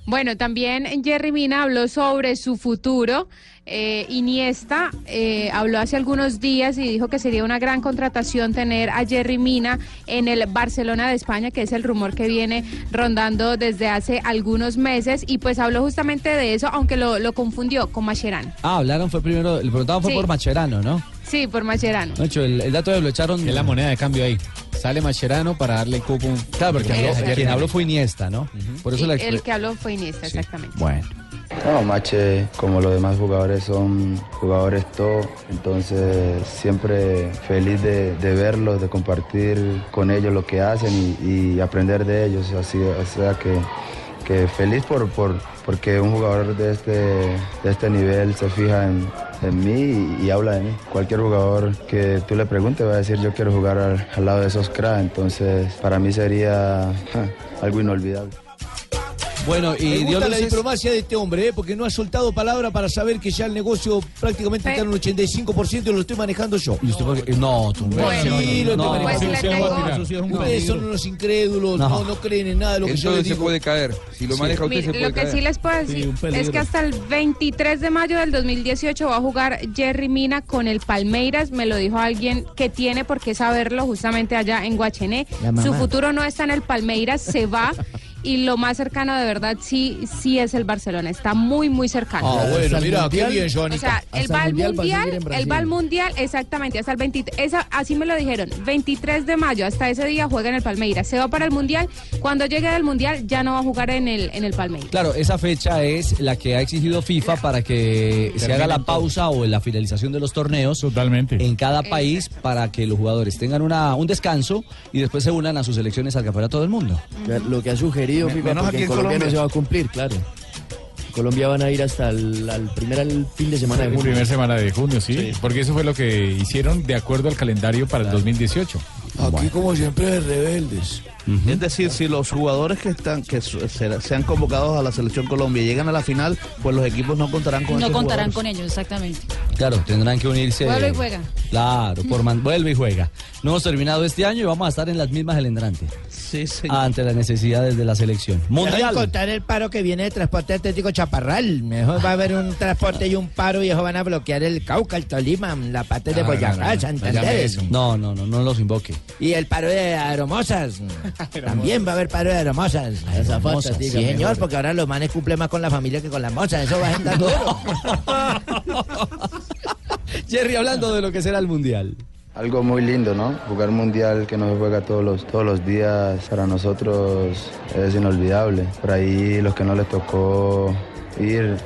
Speaker 4: Bueno, también Jerry Mina habló sobre su futuro. Eh, Iniesta eh, habló hace algunos días y dijo que sería una gran contratación tener a Jerry Mina en el Barcelona de España, que es el rumor que viene rondando desde hace algunos meses. Y pues habló justamente de eso, aunque lo, lo confundió con Mascherano.
Speaker 1: Ah, hablaron fue primero, el preguntado fue
Speaker 4: Sí.
Speaker 1: por Macherano, ¿no?
Speaker 4: Sí, por Mascherano.
Speaker 1: Nacho, el, el dato de lo echaron. Es la moneda de cambio ahí. Sale Macherano para darle cupo. Claro, porque habló-
Speaker 4: Eso.
Speaker 1: quien habló fue Iniesta, ¿no? Por eso
Speaker 4: Sí,
Speaker 1: la
Speaker 4: el que habló fue Iniesta, exactamente.
Speaker 1: Bueno.
Speaker 20: No, Mache, como los demás jugadores, son jugadores top, entonces siempre feliz de, de verlos, de compartir con ellos lo que hacen y, y aprender de ellos. Así, o sea que, que feliz por, por, porque un jugador de este, de este nivel se fija en, en mí y, y habla de mí. Cualquier jugador que tú le preguntes va a decir yo quiero jugar al, al lado de esos cracks, entonces para mí sería algo inolvidable.
Speaker 1: Bueno,
Speaker 22: Me
Speaker 1: y
Speaker 22: gusta
Speaker 1: dio
Speaker 22: la
Speaker 1: luces.
Speaker 22: diplomacia de este hombre, ¿eh? porque no ha soltado palabra para saber que ya el negocio prácticamente está en un 85% y lo estoy manejando yo.
Speaker 1: No, tú
Speaker 22: No, sí, lo estoy
Speaker 1: no,
Speaker 22: manejando
Speaker 1: pues
Speaker 22: yo.
Speaker 1: le tengo-
Speaker 22: Eso sí es un Ustedes son unos incrédulos,
Speaker 9: No.
Speaker 22: no. No, creen en nada de lo que yo
Speaker 9: Entonces
Speaker 22: les
Speaker 9: se
Speaker 22: digo.
Speaker 9: puede caer. Si lo
Speaker 22: Sí.
Speaker 9: maneja usted,
Speaker 4: Mire,
Speaker 9: se puede
Speaker 4: lo que
Speaker 9: caer.
Speaker 4: sí les puedo decir es que hasta el 23 de mayo del 2018 va a jugar Jerry Mina con el Palmeiras. Me lo dijo alguien que tiene por qué saberlo justamente allá en Guachené.
Speaker 23: La mamá.
Speaker 4: Su futuro no está en el Palmeiras, se va. Y lo más cercano de verdad sí sí es el Barcelona, está muy muy cercano.
Speaker 22: Ah, bueno, Hasta el mira, qué Mundial. bien, Joanica.
Speaker 4: O sea,
Speaker 22: Hasta
Speaker 4: el
Speaker 22: el
Speaker 4: va al
Speaker 22: Mundial va a
Speaker 4: mundial,
Speaker 22: seguir en Brasil.
Speaker 4: el va al mundial, exactamente, hasta el 23, esa, así me lo dijeron, 23 de mayo, hasta ese día juega en el Palmeiras, se va para el mundial, cuando llegue del mundial ya no va a jugar en el en el Palmeiras.
Speaker 1: Claro, esa fecha es la que ha exigido FIFA para que se
Speaker 4: Terminen
Speaker 1: haga la pausa o la finalización de los torneos totalmente en cada país para que los jugadores tengan una, un descanso y después se unan a sus selecciones al campeonato del mundo.
Speaker 7: Lo que ha sugerido
Speaker 1: Me-
Speaker 7: FIFA,
Speaker 1: menos
Speaker 7: porque
Speaker 1: aquí
Speaker 7: en Colombia,
Speaker 1: en
Speaker 7: no
Speaker 1: Colombia.
Speaker 7: se va a cumplir, claro. En Colombia van a ir hasta el al primer al fin de semana de
Speaker 3: El
Speaker 7: junio.
Speaker 3: primer semana de junio, sí, Porque eso fue lo que hicieron de acuerdo al calendario para el 2018.
Speaker 11: Aquí como siempre rebeldes. Es decir, si los jugadores que están que su- será- sean convocados a la selección Colombia llegan a la final, pues los equipos no contarán con
Speaker 8: No
Speaker 11: esos
Speaker 8: contarán
Speaker 11: jugadores.
Speaker 8: con ellos, exactamente.
Speaker 1: Claro, tendrán que unirse.
Speaker 8: Vuelve y juega.
Speaker 1: Claro, por man- vuelve y juega. No hemos terminado este año y vamos a estar en las mismas el entrante.
Speaker 17: Sí,
Speaker 1: Ante las necesidades de la selección.
Speaker 17: Mundial.
Speaker 1: Mundial.
Speaker 17: contar el paro que viene de transporte atlético Chaparral. Mejor va a haber un transporte y un paro y ellos van a bloquear el Cauca, el Tolima, la parte de
Speaker 1: No, no, no, Ah, no,
Speaker 5: Ah,
Speaker 17: Boyacá,
Speaker 1: no.
Speaker 17: Santander.
Speaker 1: No, no, no, no los invoque.
Speaker 17: Y el paro de aeromosas. También va a haber paro de aeromosas.
Speaker 1: Aeromosas,
Speaker 17: Sí,
Speaker 1: dígame,
Speaker 17: señor,
Speaker 1: Jorge.
Speaker 17: porque ahora los manes cumplen más con la familia que con las mozas. Eso va a estar duro.
Speaker 1: Jerry, hablando de lo que será el Mundial.
Speaker 20: Algo muy lindo, ¿no? Jugar mundial que no se juega todos los, todos los días para nosotros es inolvidable. Por ahí los que no les tocó ir,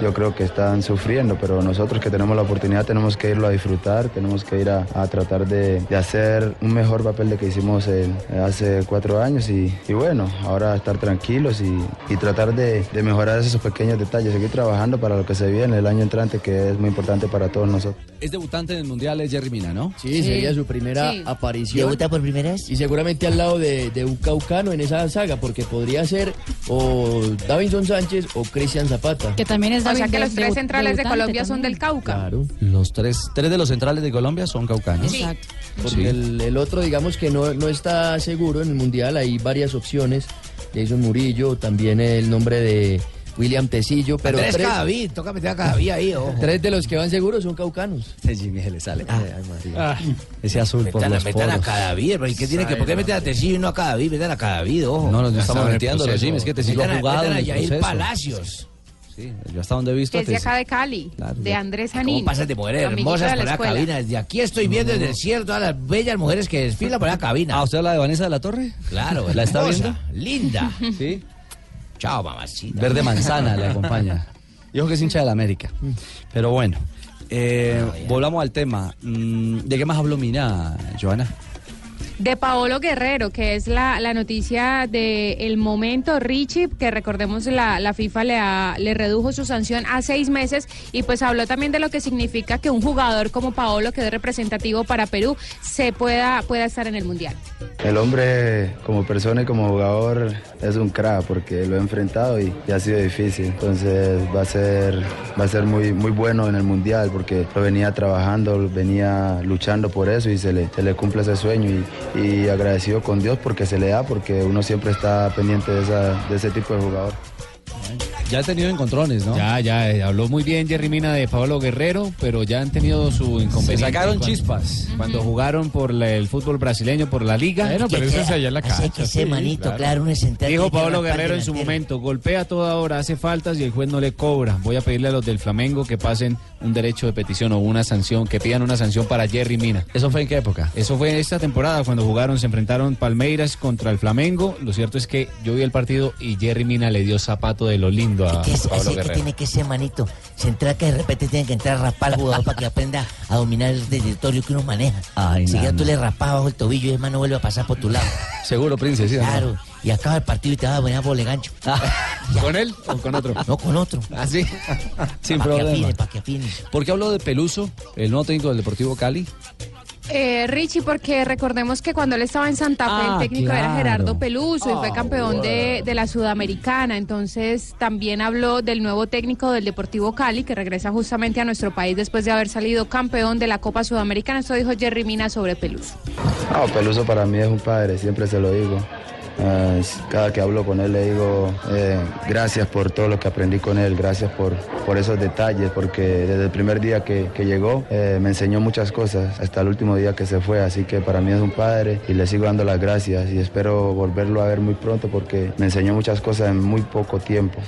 Speaker 20: yo creo que están sufriendo, pero nosotros que tenemos la oportunidad tenemos que irlo a disfrutar, tenemos que ir a, a tratar de, de hacer un mejor papel de que hicimos en- hace cuatro años y, y bueno, ahora estar tranquilos y, y tratar de, de mejorar esos pequeños detalles, seguir trabajando para lo que se viene el año entrante que es muy importante para todos nosotros.
Speaker 1: Es debutante en el Mundial, es Jerry Mina, ¿no?
Speaker 7: Sí, sería su primera
Speaker 17: Sí.
Speaker 7: aparición.
Speaker 17: ¿Debuta por primera vez?
Speaker 7: Y seguramente al lado de, de un caucano en esa saga, porque podría ser o Davinson Sánchez o Cristian Zapata.
Speaker 8: Que también es
Speaker 4: O sea
Speaker 8: David
Speaker 4: que los
Speaker 8: Debu-
Speaker 4: tres centrales de
Speaker 8: debutante
Speaker 4: Colombia son
Speaker 8: también.
Speaker 4: del Cauca.
Speaker 1: Los tres, tres de los centrales de Colombia son caucanos.
Speaker 7: Sí. Exacto. Porque
Speaker 1: Sí.
Speaker 7: el, el otro, digamos que no, no está seguro en el Mundial, hay varias opciones. Jason Murillo, también el nombre de William Tecillo, pero
Speaker 17: Andrés
Speaker 7: tres,
Speaker 17: Cadavid, toca meter a Cadavid ahí, ojo.
Speaker 7: tres de los que van seguros son caucanos. Ah.
Speaker 1: Jimmy le sale.
Speaker 17: Ah.
Speaker 1: Ese azul por
Speaker 17: Metan,
Speaker 1: los
Speaker 17: a- metan a
Speaker 1: poros.
Speaker 17: Cadavid, pero ¿y ¿qué tiene que? ¿Por qué meten a Tecillo y no a Cadavid? Metan a Cadavid, ojo.
Speaker 1: No, no, no estamos metiendo los Jimmy, es que Tecillo
Speaker 17: Metan
Speaker 1: ha
Speaker 17: a-
Speaker 1: jugado
Speaker 17: metan
Speaker 1: en
Speaker 17: a
Speaker 1: el
Speaker 17: Yair
Speaker 1: proceso.
Speaker 17: Palacios.
Speaker 1: Sí, yo hasta donde he visto
Speaker 4: Que es de
Speaker 1: te-
Speaker 4: acá de Cali,
Speaker 1: Claro,
Speaker 4: de
Speaker 1: ya.
Speaker 4: Andrés
Speaker 17: ¿Cómo
Speaker 4: Janín.
Speaker 17: pasas de
Speaker 1: Eh,
Speaker 17: mujeres
Speaker 4: amiguito de
Speaker 17: hermosas
Speaker 4: la
Speaker 17: por la
Speaker 4: escuela.
Speaker 17: cabina? Desde aquí estoy viendo desde el cielo todas las bellas mujeres que desfilan por la cabina.
Speaker 1: Ah, ¿usted habla de Vanessa de la Torre?
Speaker 17: Claro,
Speaker 1: ¿La está
Speaker 17: hermosa,
Speaker 1: viendo?
Speaker 17: Linda.
Speaker 1: Sí.
Speaker 17: Chao, mamacita.
Speaker 1: Verde Manzana le acompaña. Yo que es hincha del América. Pero bueno,
Speaker 17: Ah,
Speaker 1: Mm, eh, volvamos al tema. Mm, ¿De qué más habló Mina, Joana?
Speaker 4: de Paolo Guerrero, que es la, la noticia del momento. Richie, que recordemos la, la FIFA le, ha- le redujo su sanción a seis meses y pues habló también de lo que significa que un jugador como Paolo, que es representativo para Perú, se pueda, pueda estar en el Mundial.
Speaker 20: El hombre como persona y como jugador es un crack porque lo he enfrentado y, y ha sido difícil. Entonces va a ser, va a ser muy, muy bueno en el Mundial porque lo venía trabajando, venía luchando por eso y se le, se le cumple ese sueño y, y agradecido con Dios porque se le da, porque uno siempre está pendiente de, esa- de ese tipo de jugador.
Speaker 1: Ya ha tenido encontrones, ¿no?
Speaker 13: Ya, ya, eh, habló muy bien Jerry Mina de Pablo Guerrero, pero ya han tenido su inconveniente.
Speaker 1: Se sacaron
Speaker 13: cuando-
Speaker 1: chispas.
Speaker 13: Cuando jugaron por la- el fútbol brasileño, por la liga.
Speaker 1: Bueno, pero eso es allá en la
Speaker 13: casa.
Speaker 1: cancha, sí, claro.
Speaker 13: Dijo Pablo Guerrero en su momento, golpea a toda hora, hace faltas y el juez no le cobra. Voy a pedirle a los del Flamengo que pasen un derecho de petición o una sanción, que pidan una sanción para Jerry Mina.
Speaker 1: ¿Eso fue en qué época?
Speaker 13: Eso fue esta temporada cuando jugaron, se enfrentaron Palmeiras contra el Flamengo. Lo cierto es que yo vi el partido y Jerry Mina le dio zapato de lo lindo a
Speaker 2: que es- así
Speaker 13: Pablo
Speaker 2: es que
Speaker 13: Guerrero.
Speaker 2: tiene que ser manito. Se entra que de repente tiene que entrar a raspar al jugador para que aprenda a dominar el territorio que uno maneja.
Speaker 1: Ay,
Speaker 2: si ya
Speaker 1: nana.
Speaker 2: tú le raspas bajo el tobillo, el hermano vuelve a pasar por tu lado.
Speaker 1: Seguro, Prince, sí, ¿no?
Speaker 2: Claro. Y acaba el partido y te vas a poner a de gancho.
Speaker 1: ¿Con él o con otro?
Speaker 2: No, con otro.
Speaker 1: Así. Ah, Sin
Speaker 2: Pa' que
Speaker 1: problema.
Speaker 2: afine,
Speaker 1: ¿Por qué habló de Peluso, el nuevo técnico del Deportivo Cali?
Speaker 4: Eh, Richie, porque recordemos que cuando él estaba en Santa Fe,
Speaker 1: Ah,
Speaker 4: el técnico era
Speaker 1: claro.
Speaker 4: Gerardo Peluso y fue campeón de, de la Sudamericana. Entonces también habló del nuevo técnico del Deportivo Cali, que regresa justamente a nuestro país después de haber salido campeón de la Copa Sudamericana. Esto dijo Jerry Mina sobre Peluso.
Speaker 20: No, Ah, Peluso para mí es un padre, siempre se lo digo. Eh, cada que hablo con él le digo eh, gracias por todo lo que aprendí con él, gracias por, por esos detalles, porque desde el primer día que, que llegó eh, me enseñó muchas cosas hasta el último día que se fue, así que para mí es un padre y le sigo dando las gracias y espero volverlo a ver muy pronto porque me enseñó muchas cosas en muy poco tiempo.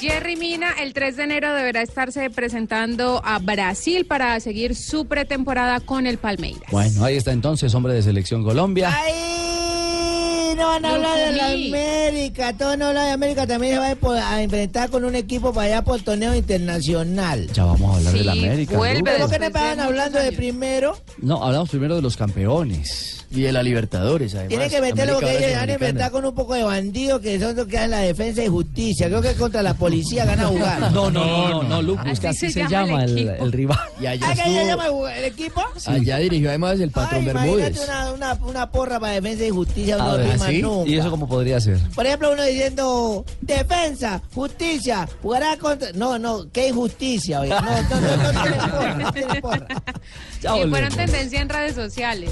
Speaker 4: Jerry Mina el 3 de enero deberá estarse presentando a Brasil para seguir su pretemporada con el Palmeiras.
Speaker 1: Bueno, ahí está entonces, hombre de Selección Colombia.
Speaker 17: ¡Ay! No van a
Speaker 4: Lo
Speaker 17: hablar de la
Speaker 4: comí.
Speaker 17: América. Todos no hablan de América. También se va a empo- a enfrentar con un equipo para allá por torneo internacional.
Speaker 1: Ya vamos a hablar de la América. ¿no?
Speaker 17: ¿Por qué no estaban hablando de primero?
Speaker 1: No, hablamos primero de los campeones.
Speaker 7: Y de la Libertadores, además.
Speaker 17: Tiene que meter lo que
Speaker 7: América
Speaker 17: ellos
Speaker 7: ahora es
Speaker 17: van a
Speaker 7: americana.
Speaker 17: enfrentar con un poco de bandidos que son los que hacen la defensa y justicia. Creo que contra la policía gana a jugar.
Speaker 1: No, no, no, no, no, Lucas,
Speaker 17: Así
Speaker 1: casi
Speaker 17: se
Speaker 1: se,
Speaker 17: llama
Speaker 1: llama
Speaker 17: el
Speaker 1: el, el rival.
Speaker 7: Y allá,
Speaker 17: ¿Ah, que ella
Speaker 7: estuvo-
Speaker 17: llama a jugar el equipo?
Speaker 7: allá dirigió además el patrón Bermúdez.
Speaker 17: Imagínate una, una, una porra para defensa y justicia.
Speaker 1: A
Speaker 17: uno
Speaker 1: ver,
Speaker 17: rima
Speaker 1: ¿sí?
Speaker 17: nunca.
Speaker 1: ¿Y eso cómo podría ser?
Speaker 17: Por ejemplo, uno diciendo defensa, justicia, jugará contra. No, no, qué injusticia, oye. No, no, no, no, tiene porra, no tiene porra.
Speaker 4: Y fueron tendencia en redes sociales.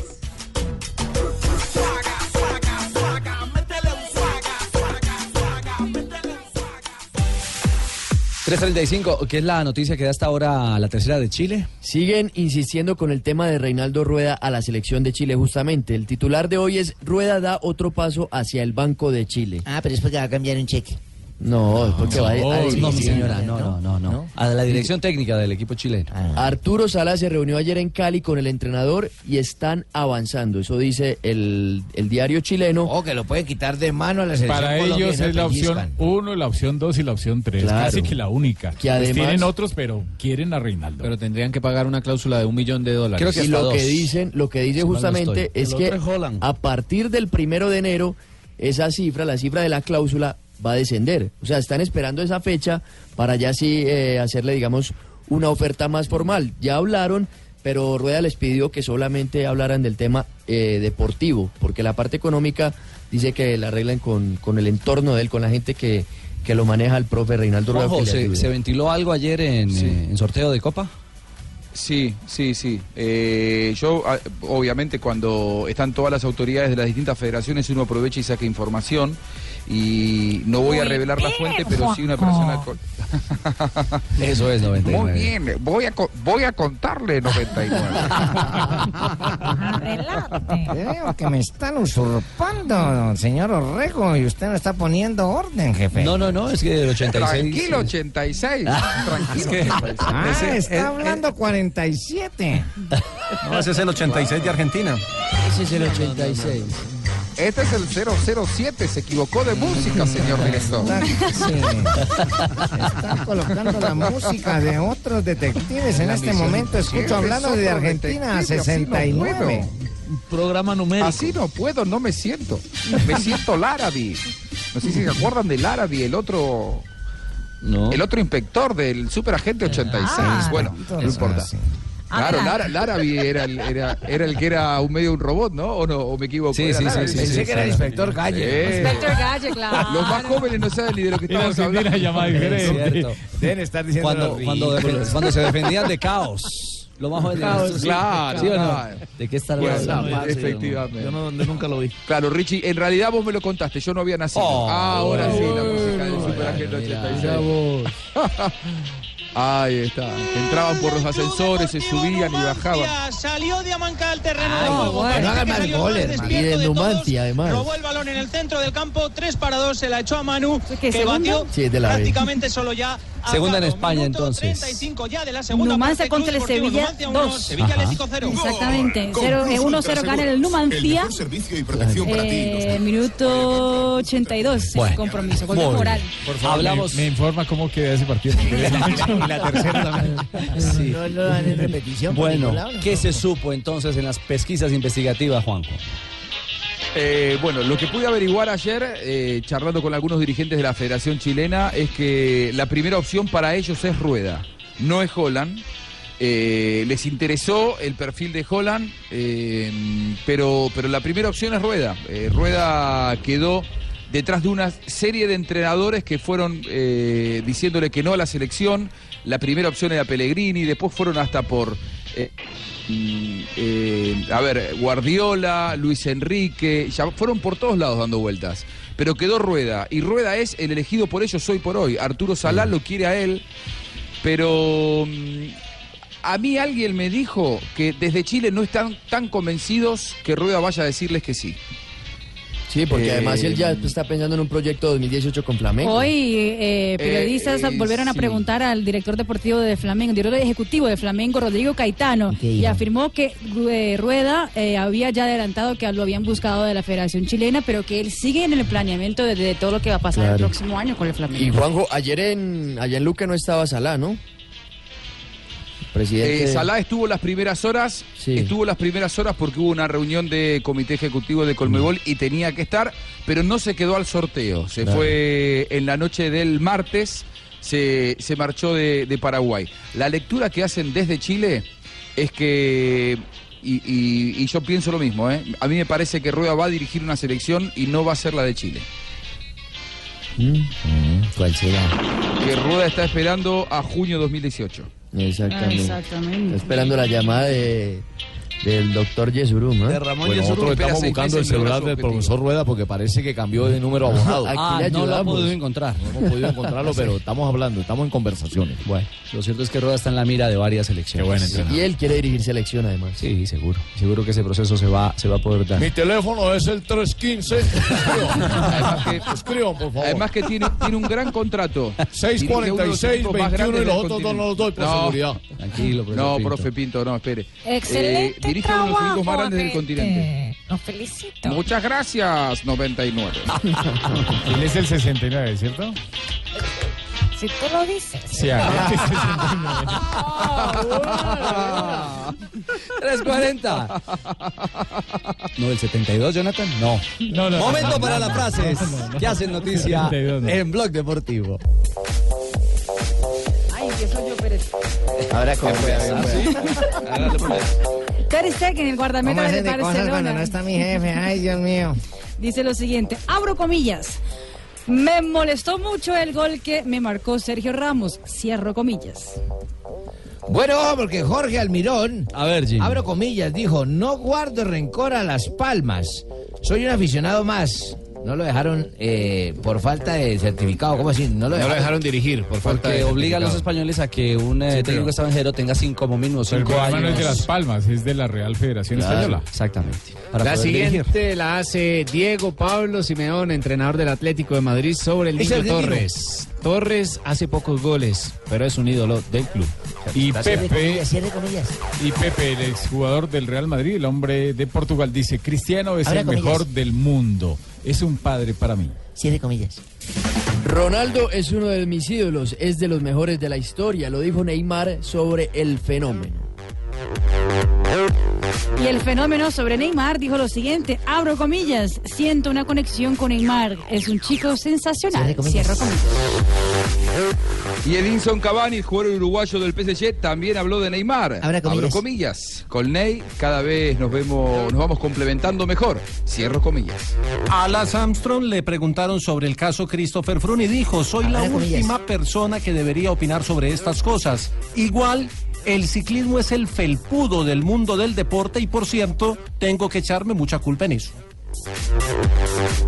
Speaker 1: ¿335? ¿Qué es la noticia que da hasta ahora la tercera de Chile?
Speaker 7: Siguen insistiendo con el tema de Reinaldo Rueda a la selección de Chile, justamente. El titular de hoy es Rueda da otro paso hacia el Banco de Chile.
Speaker 17: Ah, pero es porque va a cambiar un cheque.
Speaker 7: No, es porque va a, a
Speaker 1: No, mi
Speaker 7: dirigir.
Speaker 1: señora, no, no, no, no. A la dirección técnica del equipo chileno.
Speaker 7: Arturo Sala se reunió ayer en Cali con el entrenador y están avanzando. Eso dice el, el diario chileno.
Speaker 5: Oh, que lo puede quitar de mano a la
Speaker 3: Para ellos es la opción 1, la opción 2 y la opción 3.
Speaker 13: Claro.
Speaker 3: Casi que la única.
Speaker 13: Que
Speaker 3: Pues
Speaker 13: además-
Speaker 3: tienen otros, pero quieren a Reinaldo.
Speaker 13: Pero tendrían que pagar una cláusula de un millón de dólares.
Speaker 7: y lo que dicen, lo que dice
Speaker 13: Si mal no
Speaker 7: justamente
Speaker 13: estoy.
Speaker 7: es
Speaker 13: El
Speaker 7: que
Speaker 13: otro es Holland.
Speaker 7: a partir del primero de enero esa cifra, la cifra de la cláusula va a descender. O sea, están esperando esa fecha para ya sí eh, hacerle, digamos, una oferta más formal. Ya hablaron, pero Rueda les pidió que solamente hablaran del tema eh, deportivo, porque la parte económica dice que la arreglan con, con el entorno de él, con la gente que, que lo maneja el profe Reinaldo Rueda.
Speaker 1: Juanjo,
Speaker 7: que le
Speaker 1: ¿se,
Speaker 7: ayude.
Speaker 1: se ventiló algo ayer en, eh, en sorteo de Copa?
Speaker 9: Sí, sí, sí. Eh, yo, ah, obviamente, cuando están todas las autoridades de las distintas federaciones, uno aprovecha y saca información. Y no voy a
Speaker 23: Muy
Speaker 9: revelar la fuente,
Speaker 23: bien,
Speaker 9: pero sí una persona.
Speaker 23: Juanjo.
Speaker 9: con-
Speaker 1: Eso es 99.
Speaker 9: Muy bien, voy a, co- voy a contarle 99.
Speaker 17: Creo que me están usurpando, señor Orrego, y usted no está poniendo orden, jefe.
Speaker 1: No, no, no, es que el 86.
Speaker 9: Tranquilo, 86. Tranquilo.
Speaker 17: Ah,
Speaker 18: Ese-
Speaker 17: está
Speaker 18: eh,
Speaker 17: hablando 47.
Speaker 18: No, ese es el 86 de Argentina.
Speaker 17: Ese es el 86.
Speaker 9: Este es el 007, se equivocó de música, señor director.
Speaker 17: Sí. Están colocando la música de otros detectives en
Speaker 9: La
Speaker 17: este
Speaker 9: misión
Speaker 17: momento.
Speaker 9: imposible,
Speaker 17: Escucho hablando
Speaker 9: es
Speaker 17: de
Speaker 9: otro
Speaker 17: Argentina a
Speaker 9: detective, así no
Speaker 17: 69.
Speaker 9: puedo. programa numérico. Así no puedo, no me siento. Me siento Larabi. No sé si se acuerdan de Larabi, el otro. El otro inspector del superagente 86.
Speaker 23: Ah,
Speaker 9: bueno, no
Speaker 23: entonces,
Speaker 9: importa.
Speaker 23: sí.
Speaker 9: Claro,
Speaker 23: Ah.
Speaker 9: Lara- Larabi era el, era, era el que era un medio un robot, ¿no? ¿O no? ¿O me equivoco?
Speaker 1: Sí,
Speaker 9: Era
Speaker 1: sí, sí,
Speaker 9: Larabi.
Speaker 1: sí, Pensé sí, que era el claro. inspector Galle.
Speaker 9: Sí.
Speaker 1: Inspector
Speaker 8: Galle, claro.
Speaker 9: Los más jóvenes no saben ni de lo que
Speaker 1: Mira,
Speaker 9: estamos
Speaker 1: si mira,
Speaker 9: hablando.
Speaker 1: llamada diferente. Es cierto.
Speaker 9: Deben estar
Speaker 1: Cuando, cuando, cuando se defendían de caos. Lo más joven de
Speaker 9: Caos,
Speaker 1: nosotros, sí.
Speaker 9: claro,
Speaker 1: ¿Sí o no?
Speaker 9: claro.
Speaker 1: ¿De qué estar
Speaker 9: Bueno,
Speaker 1: hablando?
Speaker 9: efectivamente.
Speaker 1: Yo no-
Speaker 9: nunca lo vi. Claro, Richie, en realidad vos me lo contaste, yo no había nacido.
Speaker 1: Oh,
Speaker 9: Ahora sí, la música del Superagente 86. Ahí está. que Entraban por los ascensores, se subían y bajaban.
Speaker 24: Salió Diamanca al terreno.
Speaker 7: Ay,
Speaker 24: de juego.
Speaker 7: no, bueno.
Speaker 24: Parece
Speaker 7: No haga
Speaker 24: que
Speaker 7: más
Speaker 24: salió
Speaker 7: goles,
Speaker 24: más
Speaker 7: hermano.
Speaker 24: despierto
Speaker 7: Y del
Speaker 24: de todos.
Speaker 7: Numancia, además.
Speaker 24: Robó el balón en el centro del campo, 3 para 2, se la echó a Manu,
Speaker 7: ¿Qué,
Speaker 24: que
Speaker 7: segundo?
Speaker 24: batió
Speaker 7: Sí, es de la B.
Speaker 24: prácticamente solo ya. a
Speaker 1: Segunda en
Speaker 24: Galo.
Speaker 1: España, entonces.
Speaker 24: 35 ya de la segunda
Speaker 8: Numancia
Speaker 24: parte, Club
Speaker 8: contra el
Speaker 24: Deportivo
Speaker 8: Sevilla,
Speaker 24: Numancia, uno,
Speaker 8: dos.
Speaker 24: Sevilla
Speaker 8: Ajá.
Speaker 24: Atlético 0.
Speaker 8: Exactamente.
Speaker 24: Gol.
Speaker 8: Cero-
Speaker 24: Con
Speaker 8: eh,
Speaker 24: Plus
Speaker 8: 1-0
Speaker 24: Ultra
Speaker 8: gana
Speaker 24: Seguros,
Speaker 8: el Numancia.
Speaker 24: servicio y
Speaker 8: Eh, minuto 82. ese
Speaker 3: Bueno.
Speaker 8: compromiso. Gol de moral.
Speaker 3: Por favor,
Speaker 8: Hablamos.
Speaker 3: Me, me informa cómo queda ese partido.
Speaker 1: la tercera también. Sí.
Speaker 5: No lo dan en repetición. por
Speaker 1: Bueno,
Speaker 5: ningún lado, ¿no?
Speaker 1: ¿qué se supo entonces en las pesquisas investigativas, Juanjo?
Speaker 9: Eh, bueno, lo que pude averiguar ayer, eh, charlando con algunos dirigentes de la Federación Chilena, es que la primera opción para ellos es Rueda, no es Holland. Eh, les interesó el perfil de Holland, eh, pero, pero la primera opción es Rueda. Eh, Rueda quedó detrás de una serie de entrenadores que fueron eh, diciéndole que no a la selección. La primera opción era Pellegrini, después fueron hasta por... eh, mm, eh, a ver, Guardiola, Luis Enrique, ya fueron por todos lados dando vueltas. Pero quedó Rueda, y Rueda es el elegido por ellos hoy por hoy. Arturo Salá lo quiere a él, pero mm, a mí alguien me dijo que desde Chile no están tan convencidos que Rueda vaya a decirles que sí.
Speaker 7: Sí, porque
Speaker 9: Eh,
Speaker 7: además él ya está pensando en un proyecto 2018 con Flamengo.
Speaker 8: Hoy eh, periodistas
Speaker 7: Eh,
Speaker 8: volvieron a
Speaker 7: sí.
Speaker 8: preguntar al director deportivo de Flamengo, director ejecutivo de Flamengo, Rodrigo Caetano, y afirmó que eh, Rueda eh, había ya adelantado que lo habían buscado de la Federación Chilena, pero que él sigue en el planeamiento de, de todo lo que va a pasar el
Speaker 7: Claro.
Speaker 8: próximo año con el Flamengo.
Speaker 7: Y Juanjo, ayer en, allá en Luque no estaba Salá, ¿no? Presidente.
Speaker 9: Eh, Salah estuvo las primeras horas, estuvo las primeras horas porque hubo una reunión de comité ejecutivo de Colmebol y tenía que estar, pero no se quedó al sorteo. Se
Speaker 25: Claro.
Speaker 9: fue en la noche del martes, se, se marchó de, de Paraguay. La lectura que hacen desde Chile es que. Y, y- y yo pienso lo mismo, ¿eh? A mí me parece que Rueda va a dirigir una selección y no va a ser la de Chile.
Speaker 21: Mm.
Speaker 2: ¿Cuál será?
Speaker 9: Que Rueda está esperando a junio 2018.
Speaker 7: Exactamente.
Speaker 8: Exactamente.
Speaker 7: Está esperando la llamada de, del doctor Yesurum, ¿no?
Speaker 21: bueno, nosotros estamos buscando el celular del profesor Rueda porque parece que cambió de número abonado.
Speaker 7: Aquí Ah, le no lo ayudamos.
Speaker 1: hemos podido encontrar.
Speaker 21: No hemos podido encontrarlo, pero estamos hablando, estamos en conversaciones.
Speaker 1: Bueno, lo cierto es que Rueda está en la mira de varias elecciones.
Speaker 7: Y él quiere dirigir selección además.
Speaker 1: Sí, seguro. Seguro que ese proceso se va, se va a poder dar.
Speaker 21: Mi teléfono es el 315. Escriban, por favor.
Speaker 9: Además que tiene, tiene un gran contrato.
Speaker 21: 646, 21 y los otros dos no los doy por seguridad.
Speaker 9: Tranquilo,
Speaker 21: profe
Speaker 9: No,
Speaker 21: Pinto.
Speaker 9: profe Pinto, no, espere.
Speaker 24: Excelente
Speaker 9: Eh, dirige uno de los equipos más grandes del continente.
Speaker 24: Los felicito.
Speaker 9: Muchas gracias, 99.
Speaker 3: Él es el 69, ¿cierto?
Speaker 24: Si tú lo dices.
Speaker 3: Sí, acá.
Speaker 1: 340. No, el 72, Jonathan, no.
Speaker 3: No, no,
Speaker 1: Momento
Speaker 3: no, no,
Speaker 1: para
Speaker 3: no,
Speaker 1: las
Speaker 3: no,
Speaker 1: frases
Speaker 3: no, no, no.
Speaker 1: que hacen noticia
Speaker 3: 72 no.
Speaker 1: en Blog Deportivo.
Speaker 8: Ay, que soy yo, Pérez.
Speaker 5: Ahora con
Speaker 13: Ah,
Speaker 8: Ter Stegen, el
Speaker 17: ¿Cómo
Speaker 8: guardameta
Speaker 17: hacen
Speaker 8: del
Speaker 17: de cosas cuando no
Speaker 8: Barcelona,
Speaker 17: está mi jefe? Ay, Dios mío.
Speaker 8: dice lo siguiente, abro comillas. Me molestó mucho el gol que me marcó Sergio Ramos. Cierro comillas.
Speaker 5: Bueno, ojo, porque Jorge Almirón,
Speaker 1: a ver, Jimmy.
Speaker 5: abro comillas, dijo, no guardo rencor a Las Palmas, soy un aficionado más. No lo dejaron eh, por falta de certificado, ¿cómo así? No lo dejaron,
Speaker 1: dirigir por
Speaker 5: falta
Speaker 1: Porque
Speaker 5: de
Speaker 1: obliga a los
Speaker 5: certificado.
Speaker 1: españoles a que un eh, técnico extranjero tenga cinco, como mínimo
Speaker 3: El
Speaker 1: cinco
Speaker 3: problema
Speaker 1: años.
Speaker 3: no es de Las Palmas, es de la Real Federación
Speaker 1: Claro,
Speaker 3: Española.
Speaker 1: Exactamente.
Speaker 3: Para
Speaker 13: la
Speaker 3: poder
Speaker 13: siguiente la hace Diego Pablo Simeón, entrenador del Atlético de Madrid, sobre el
Speaker 3: Es
Speaker 13: Niño
Speaker 3: argentino.
Speaker 13: Torres. Torres hace pocos goles, pero es un ídolo del club.
Speaker 3: Y Pepe,
Speaker 17: Cierre comillas.
Speaker 3: y Pepe, el exjugador del Real Madrid, el hombre de Portugal, dice, Cristiano es
Speaker 17: Abre
Speaker 3: el
Speaker 17: comillas.
Speaker 3: mejor del mundo. Es un padre para mí.
Speaker 17: Cierre comillas.
Speaker 7: Ronaldo es uno de mis ídolos, es de los mejores de la historia, lo dijo Neymar sobre el fenómeno.
Speaker 8: Y el fenómeno sobre Neymar dijo lo siguiente, abro comillas, siento una conexión con Neymar, es un chico sensacional, cierro comillas.
Speaker 9: Y Edinson Cavani, el jugador uruguayo del PSG, también habló de Neymar. Abro comillas. Con Ney cada vez nos vemos, nos vamos complementando mejor. Cierro comillas.
Speaker 6: A Las Armstrong le preguntaron sobre el caso Christopher Froome y dijo, soy la última persona que debería opinar sobre estas cosas. Igual, el ciclismo es el felpudo del mundo del deporte y por cierto, tengo que echarme mucha culpa en eso.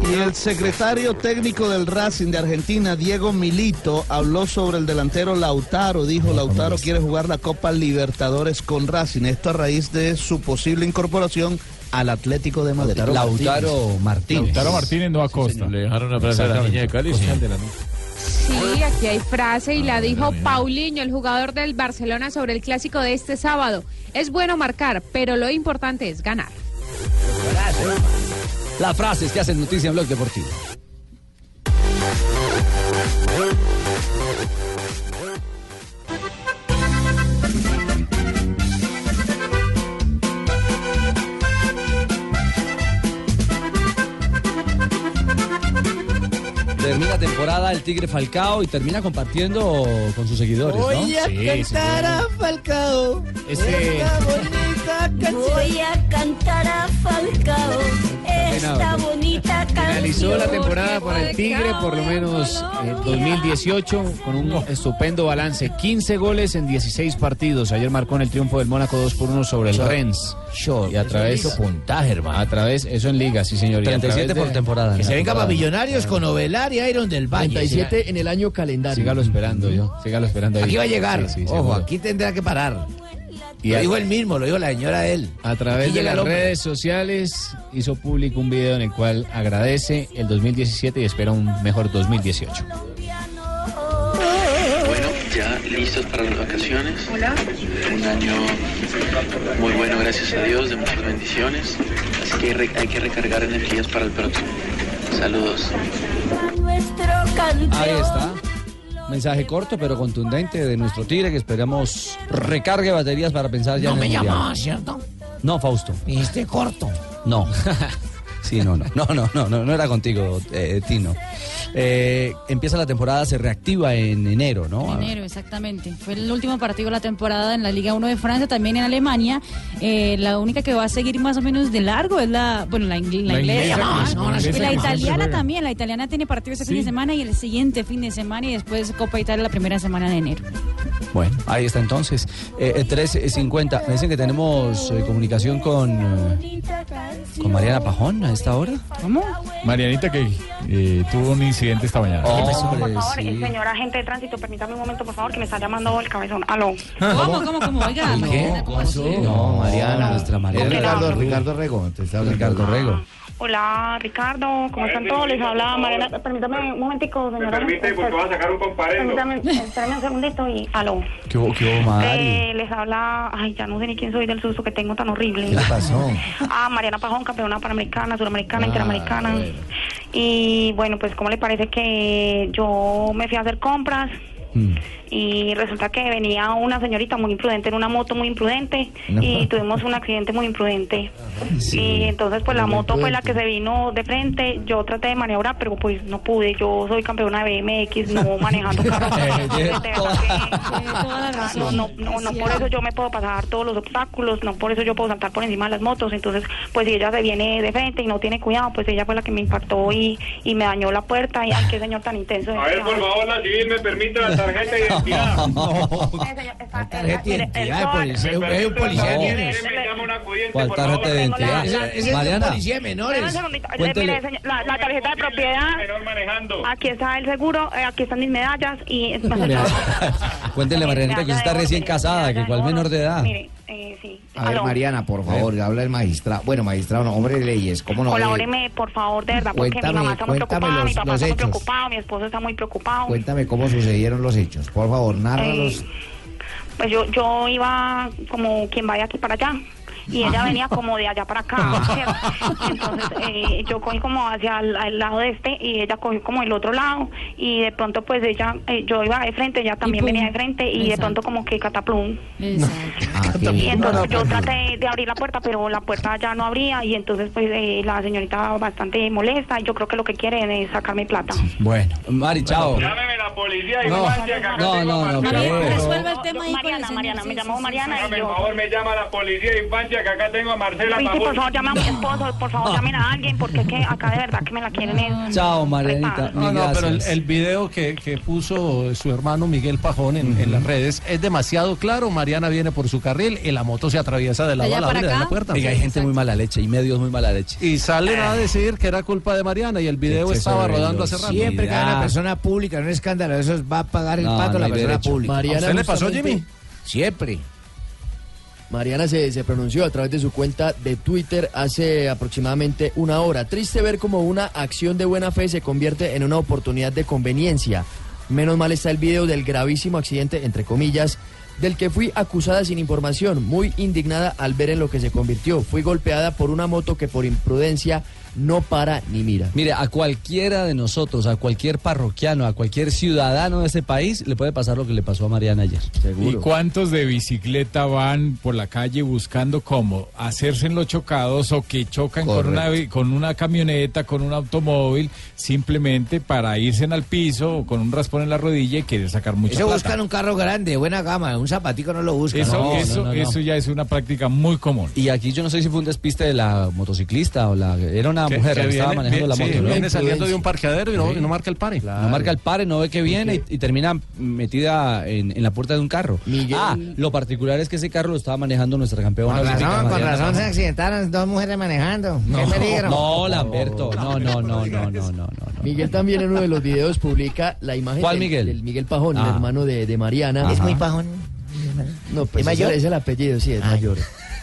Speaker 11: Y el secretario técnico del Racing de Argentina, Diego Milito, habló sobre el delantero Lautaro. Dijo, Lautaro quiere jugar la Copa Libertadores con Racing. Esto a raíz de su posible incorporación al Atlético de Madrid.
Speaker 1: Lautaro Martínez.
Speaker 3: Lautaro Martínez no acosta.
Speaker 21: Le dejaron una frase a la niña de Cali.
Speaker 4: Sí, aquí hay frase y
Speaker 2: Ah,
Speaker 4: la dijo Paulinho, el jugador del Barcelona, sobre el clásico de este sábado. Es bueno marcar, pero lo importante es ganar.
Speaker 1: Las frases que hacen noticia en Blog Deportivo. Termina temporada el Tigre Falcao y termina compartiendo con sus seguidores, ¿no?
Speaker 22: Voy a cantar a Falcao.
Speaker 1: Ese-
Speaker 22: Esta bonita canción.
Speaker 23: Voy a cantar a Falcao esta bonita canción.
Speaker 7: Finalizó la temporada para el Tigre, por lo menos eh, en 2018, con un estupendo balance. 15 goles en 16 partidos. Ayer marcó en el triunfo del Mónaco 2 por 1 sobre el
Speaker 2: Eso-
Speaker 7: Rennes. y a
Speaker 2: eso
Speaker 7: través.
Speaker 2: hizo
Speaker 7: puntaje, hermano. A través, eso en Liga, sí, señor. Y a
Speaker 1: 37
Speaker 7: través de-
Speaker 1: por temporada.
Speaker 7: Que se venga para
Speaker 5: Millonarios con Ovelar y Iron del Valle.
Speaker 7: 37 en el año calendario. Sígalo esperando yo. Sígalo esperando ahí.
Speaker 5: Aquí va a llegar.
Speaker 7: Sí, sí,
Speaker 5: Ojo,
Speaker 7: seguro.
Speaker 5: aquí tendrá que parar.
Speaker 7: Y
Speaker 5: lo
Speaker 7: a-
Speaker 5: dijo él mismo, lo dijo la señora de él.
Speaker 13: Ah,
Speaker 7: A través
Speaker 5: Aquí
Speaker 7: de
Speaker 5: llega el
Speaker 7: las
Speaker 5: hombre.
Speaker 7: redes sociales hizo público un video en el cual agradece el 2017 y espera un mejor 2018.
Speaker 14: Bueno, ya listos para las vacaciones. Un año muy bueno, gracias a Dios, de muchas bendiciones. Así que hay, re- hay que recargar energías para el próximo. Saludos.
Speaker 23: Nuestro campeón.
Speaker 1: Ahí está. Mensaje corto pero contundente de nuestro Tigre que esperamos recargue baterías para pensar ya
Speaker 5: No
Speaker 1: en
Speaker 5: me
Speaker 1: el Mundial.
Speaker 5: llamó, ¿cierto?
Speaker 1: No, Fausto.
Speaker 5: Dijiste corto.
Speaker 1: No. sí, no, no, no, no, no, no, no era contigo, eh, Tino. Eh, empieza la temporada, se reactiva en enero, ¿no?
Speaker 8: Enero, exactamente. Fue el último partido de la temporada en la Liga 1 de Francia, también en Alemania. Eh, la única que va a seguir más o menos de largo es la, bueno, la, ingle- la
Speaker 23: La
Speaker 8: inglesa.
Speaker 23: inglesa,
Speaker 8: ¿no?
Speaker 23: que- no, la inglesa
Speaker 8: Y la
Speaker 23: que siempre
Speaker 8: italiana
Speaker 23: juega.
Speaker 8: también. La italiana tiene partido ese fin de semana y el siguiente fin de semana y después Copa Italia la primera semana de enero.
Speaker 1: Ah, Bueno, ahí está entonces. Eh, eh, 3.50. Me dicen que tenemos eh, comunicación con, eh, con Mariana Pajón a esta hora.
Speaker 8: ¿Cómo?
Speaker 3: Marianita que eh, tuvo un incidente esta mañana.
Speaker 25: Por favor, eh, señor agente de tránsito, permítame un momento, por favor, que me está llamando el cabezón. Aló.
Speaker 8: Ah, ¿Cómo, cómo, cómo? Oiga,
Speaker 5: No, Mariana.
Speaker 1: nuestra Mariana.
Speaker 5: Es Ricardo, Ricardo Rego. Te está hablando.
Speaker 1: Ricardo Rego.
Speaker 25: Hola, Ricardo, ¿cómo están todos? Les habla Mariana. Permítame un momentico, señor
Speaker 26: Me permite,
Speaker 25: agente.
Speaker 26: porque voy a sacar un comparendo.
Speaker 25: Permítame, espérame un segundito y aló.
Speaker 1: ¿Qué hubo, qué hubo, Mari?
Speaker 25: Eh, les habla, ay, ya no sé ni quién soy del susto que tengo tan horrible.
Speaker 1: ¿Qué le pasó? Ah,
Speaker 25: Ah, Mariana Pajón, campeona panamericana, suramericana, interamericana. Y bueno, pues, ¿cómo le parece que yo me fui a hacer compras?
Speaker 1: Mm.
Speaker 25: Y resulta que venía una señorita muy imprudente en una moto muy imprudente
Speaker 14: No.
Speaker 25: y tuvimos un accidente muy imprudente. Y entonces pues la
Speaker 14: Muy
Speaker 25: moto fue la
Speaker 14: imprudente.
Speaker 25: que se vino de frente. Yo traté de maniobrar, pero pues no pude. Yo soy campeona de BMX, no manejando carros. De verdad que- Ah, No, no, no, no por eso yo me puedo pasar todos los obstáculos, no por eso yo puedo saltar por encima de las motos. Entonces, pues si ella se viene de frente y no tiene cuidado, pues ella fue la que me impactó y, y me dañó la puerta. Y ay, qué señor tan intenso.
Speaker 26: A ver, por favor, la civil me permite la tarjeta de identidad.
Speaker 5: Tarjeta de identidad de policía.
Speaker 26: Me
Speaker 5: pues, Es un
Speaker 26: permite,
Speaker 5: policía
Speaker 26: no.
Speaker 5: menores.
Speaker 26: Me llama un acudiente,
Speaker 1: ¿Cuál
Speaker 26: por
Speaker 1: tarjeta
Speaker 26: favor.
Speaker 1: de identidad?
Speaker 26: Tengo la-
Speaker 5: Ese- ese es
Speaker 1: Mariana.
Speaker 5: un policía de
Speaker 25: Espera un
Speaker 5: menores.
Speaker 25: segundito. Eh,
Speaker 1: Cuéntele.
Speaker 25: mire, señor, la, la tarjeta de propiedad. Aquí está el seguro, eh, aquí están mis medallas y es más el-
Speaker 1: Cuéntenle, Marianita, que usted está recién casada, que cual menor de edad.
Speaker 25: Mire, eh, sí.
Speaker 5: A ver,
Speaker 25: Aló.
Speaker 5: Mariana, por favor, habla el magistrado. Bueno, magistrado, no, hombre de leyes, ¿cómo no? Eh,
Speaker 25: Colabóreme, por favor, de verdad, porque mi
Speaker 5: cuéntame-
Speaker 25: mamá está muy
Speaker 5: cuéntame
Speaker 25: preocupada,
Speaker 5: los-
Speaker 25: mi papá
Speaker 5: los
Speaker 25: está muy
Speaker 5: hechos.
Speaker 25: preocupado, mi esposo está muy preocupado.
Speaker 5: Cuéntame cómo sucedieron los hechos. Por favor, nárralos.
Speaker 25: Eh, pues yo, yo iba como quien vaya aquí para allá. y
Speaker 20: Ah,
Speaker 25: ella venía como de allá para acá. ¿cierto? Entonces eh, yo cogí como hacia el, al lado de este y ella cogió como el otro lado y de pronto pues ella, eh, yo iba de frente, ella también
Speaker 20: pum.
Speaker 25: venía de frente y de
Speaker 20: Exacto.
Speaker 25: pronto como que cataplum. Y
Speaker 20: Ah, bien.
Speaker 25: entonces yo traté de abrir la puerta, pero la puerta ya no abría y entonces pues eh, la señorita bastante molesta y yo creo que lo que quieren es sacarme plata.
Speaker 1: Bueno, Mari, chao. No, no, no, no, pero-
Speaker 25: el tema Mariana, Mariana, me llamó Oh, Mariana y
Speaker 26: Hágame el
Speaker 25: yo...
Speaker 26: favor, me llama la policía de infancia que acá tengo a Marcela
Speaker 25: Luis, sí, por
Speaker 26: Pavón.
Speaker 25: favor, llame a mi esposo, por favor, llamen a alguien, porque es que acá de verdad que me la quieren. es-
Speaker 1: Chao, Marianita.
Speaker 6: No, no, pero el,
Speaker 1: gracias.
Speaker 6: el video que, que puso su hermano Miguel Pajón en, en las redes es demasiado claro. Mariana viene por su carril y la moto se atraviesa de la
Speaker 1: Allá
Speaker 6: bala
Speaker 1: para
Speaker 6: de la
Speaker 1: acá.
Speaker 6: puerta.
Speaker 1: Oiga, hay gente muy mala leche y medios muy mala leche. Ah.
Speaker 6: Y salen a decir que era culpa de Mariana y el video
Speaker 1: Exceso
Speaker 6: estaba
Speaker 1: de
Speaker 6: rodando hace rato.
Speaker 5: Siempre que hay una persona pública en un escándalo, eso va a pagar el
Speaker 6: No,
Speaker 5: pato
Speaker 6: no
Speaker 5: la
Speaker 6: hay
Speaker 5: persona
Speaker 6: derecho.
Speaker 5: pública.
Speaker 6: Mariana, ¿A usted le pasó,
Speaker 7: justamente-
Speaker 6: Jimmy?
Speaker 5: Siempre.
Speaker 7: Mariana se, se pronunció a través de su cuenta de Twitter hace aproximadamente una hora. Triste ver como una acción de buena fe se convierte en una oportunidad de conveniencia. Menos mal está el video del gravísimo accidente, entre comillas, del que fui acusada sin información, muy indignada al ver en lo que se convirtió. Fui golpeada por una moto que por imprudencia no para ni mira.
Speaker 1: Mire, a cualquiera de nosotros, a cualquier parroquiano, a cualquier ciudadano de este país, le puede pasar lo que le pasó a Mariana ayer.
Speaker 3: ¿Y cuántos de bicicleta van por la calle buscando cómo hacerse en los chocados o que chocan con una, bi- con una camioneta, con un automóvil, simplemente para irse al piso o con un raspón en la rodilla y querer sacar mucha
Speaker 5: Eso
Speaker 3: plata?
Speaker 5: buscan un carro grande, buena gama, un zapatico no lo buscan.
Speaker 3: Eso,
Speaker 5: No, no,
Speaker 3: eso,
Speaker 5: no, no.
Speaker 3: eso ya es una práctica muy común.
Speaker 1: Y aquí yo no sé si fue un despiste de la motociclista o la. Era una
Speaker 6: Que-
Speaker 1: mujer
Speaker 6: que
Speaker 1: que estaba
Speaker 6: viene-
Speaker 1: manejando la
Speaker 6: sí,
Speaker 1: moto. ¿no?
Speaker 6: viene saliendo de un parqueadero y no,
Speaker 1: Sí.
Speaker 6: y no marca el pare.
Speaker 1: No marca el pare, no ve que viene y, y termina metida en, en la puerta de un carro. Ah, lo particular es que ese carro lo estaba manejando nuestra campeona.
Speaker 17: Con
Speaker 1: olímpica,
Speaker 17: razón, con
Speaker 1: Mariana
Speaker 17: razón se
Speaker 1: Mazza.
Speaker 17: accidentaron dos mujeres manejando. Qué peligro.
Speaker 1: No, Lamberto, no, no, no, no, no, no.
Speaker 7: Miguel también en uno de los videos publica la imagen
Speaker 1: ¿Cuál
Speaker 7: del,
Speaker 1: Miguel?
Speaker 7: del Miguel Pajón,
Speaker 1: Ah.
Speaker 7: el hermano de, de Mariana.
Speaker 1: Es muy
Speaker 7: pajón. No, pues
Speaker 17: ¿Es mayor? Ah.
Speaker 7: ese es el apellido, sí, es mayor.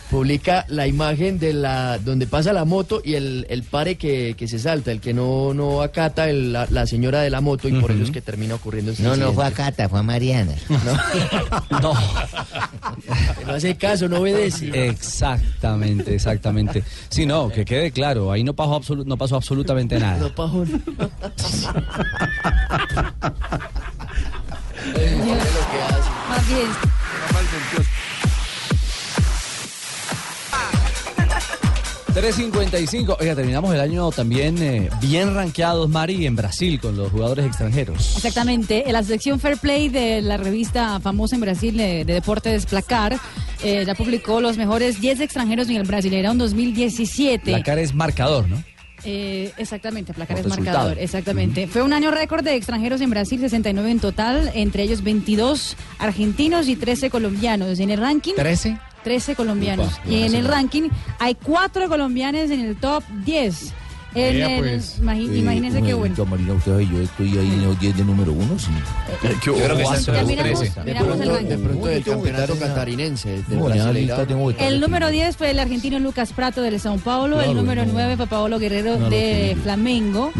Speaker 7: Publica la imagen de la donde pasa la moto y el, el pare que, que se salta, el que no, no acata el- la, la señora de la moto y por
Speaker 17: Ujú.
Speaker 7: ello es que termina ocurriendo este
Speaker 17: No, no fue a
Speaker 7: accidente.
Speaker 17: Cata, fue a Mariana.
Speaker 1: No.
Speaker 7: No hace caso, no obedece.
Speaker 1: Exactamente, exactamente. Sí, no, que quede claro, ahí no pasó, absolu- no pasó absolutamente nada.
Speaker 7: No, Pajón.
Speaker 8: Más bien.
Speaker 6: Malventioso.
Speaker 1: 3.55, oiga, terminamos el año también eh, bien rankeados, Mari, en Brasil con los jugadores extranjeros.
Speaker 8: Exactamente. En la sección Fair Play de la revista famosa en Brasil de, de deportes Placar eh, ya publicó los mejores 10 extranjeros en el Brasileirão 2017.
Speaker 1: La cara es marcador, ¿no?
Speaker 8: Eh, exactamente, placar
Speaker 1: Por
Speaker 8: es
Speaker 1: resultado.
Speaker 8: marcador, exactamente. Fue un año récord de extranjeros en Brasil, 69 en total, entre ellos 22 argentinos y 13 colombianos. En el ranking...
Speaker 17: 13.
Speaker 8: 13 colombianos.
Speaker 17: Upa,
Speaker 8: y en el
Speaker 17: buenísimo.
Speaker 8: ranking hay 4 colombianos en el top 10. En
Speaker 2: Vea,
Speaker 8: el-
Speaker 2: pues.
Speaker 11: eh,
Speaker 8: imagi- imagínense qué bueno.
Speaker 2: Marina, usted sabe, yo estoy ahí en los 10 de número 1, sí.
Speaker 7: Yo creo que está entre los
Speaker 8: Miramos-
Speaker 7: 13. De
Speaker 8: miramos el
Speaker 7: pronto,
Speaker 8: ranking.
Speaker 7: de pronto del campeonato catarinense. Del Brasileirao.
Speaker 8: El número 10 fue el argentino Lucas Prato del Sao Paulo,
Speaker 7: Claro,
Speaker 8: el número
Speaker 7: no.
Speaker 8: 9 fue Paolo Guerrero
Speaker 7: No lo
Speaker 8: de
Speaker 7: tenía.
Speaker 8: Flamengo,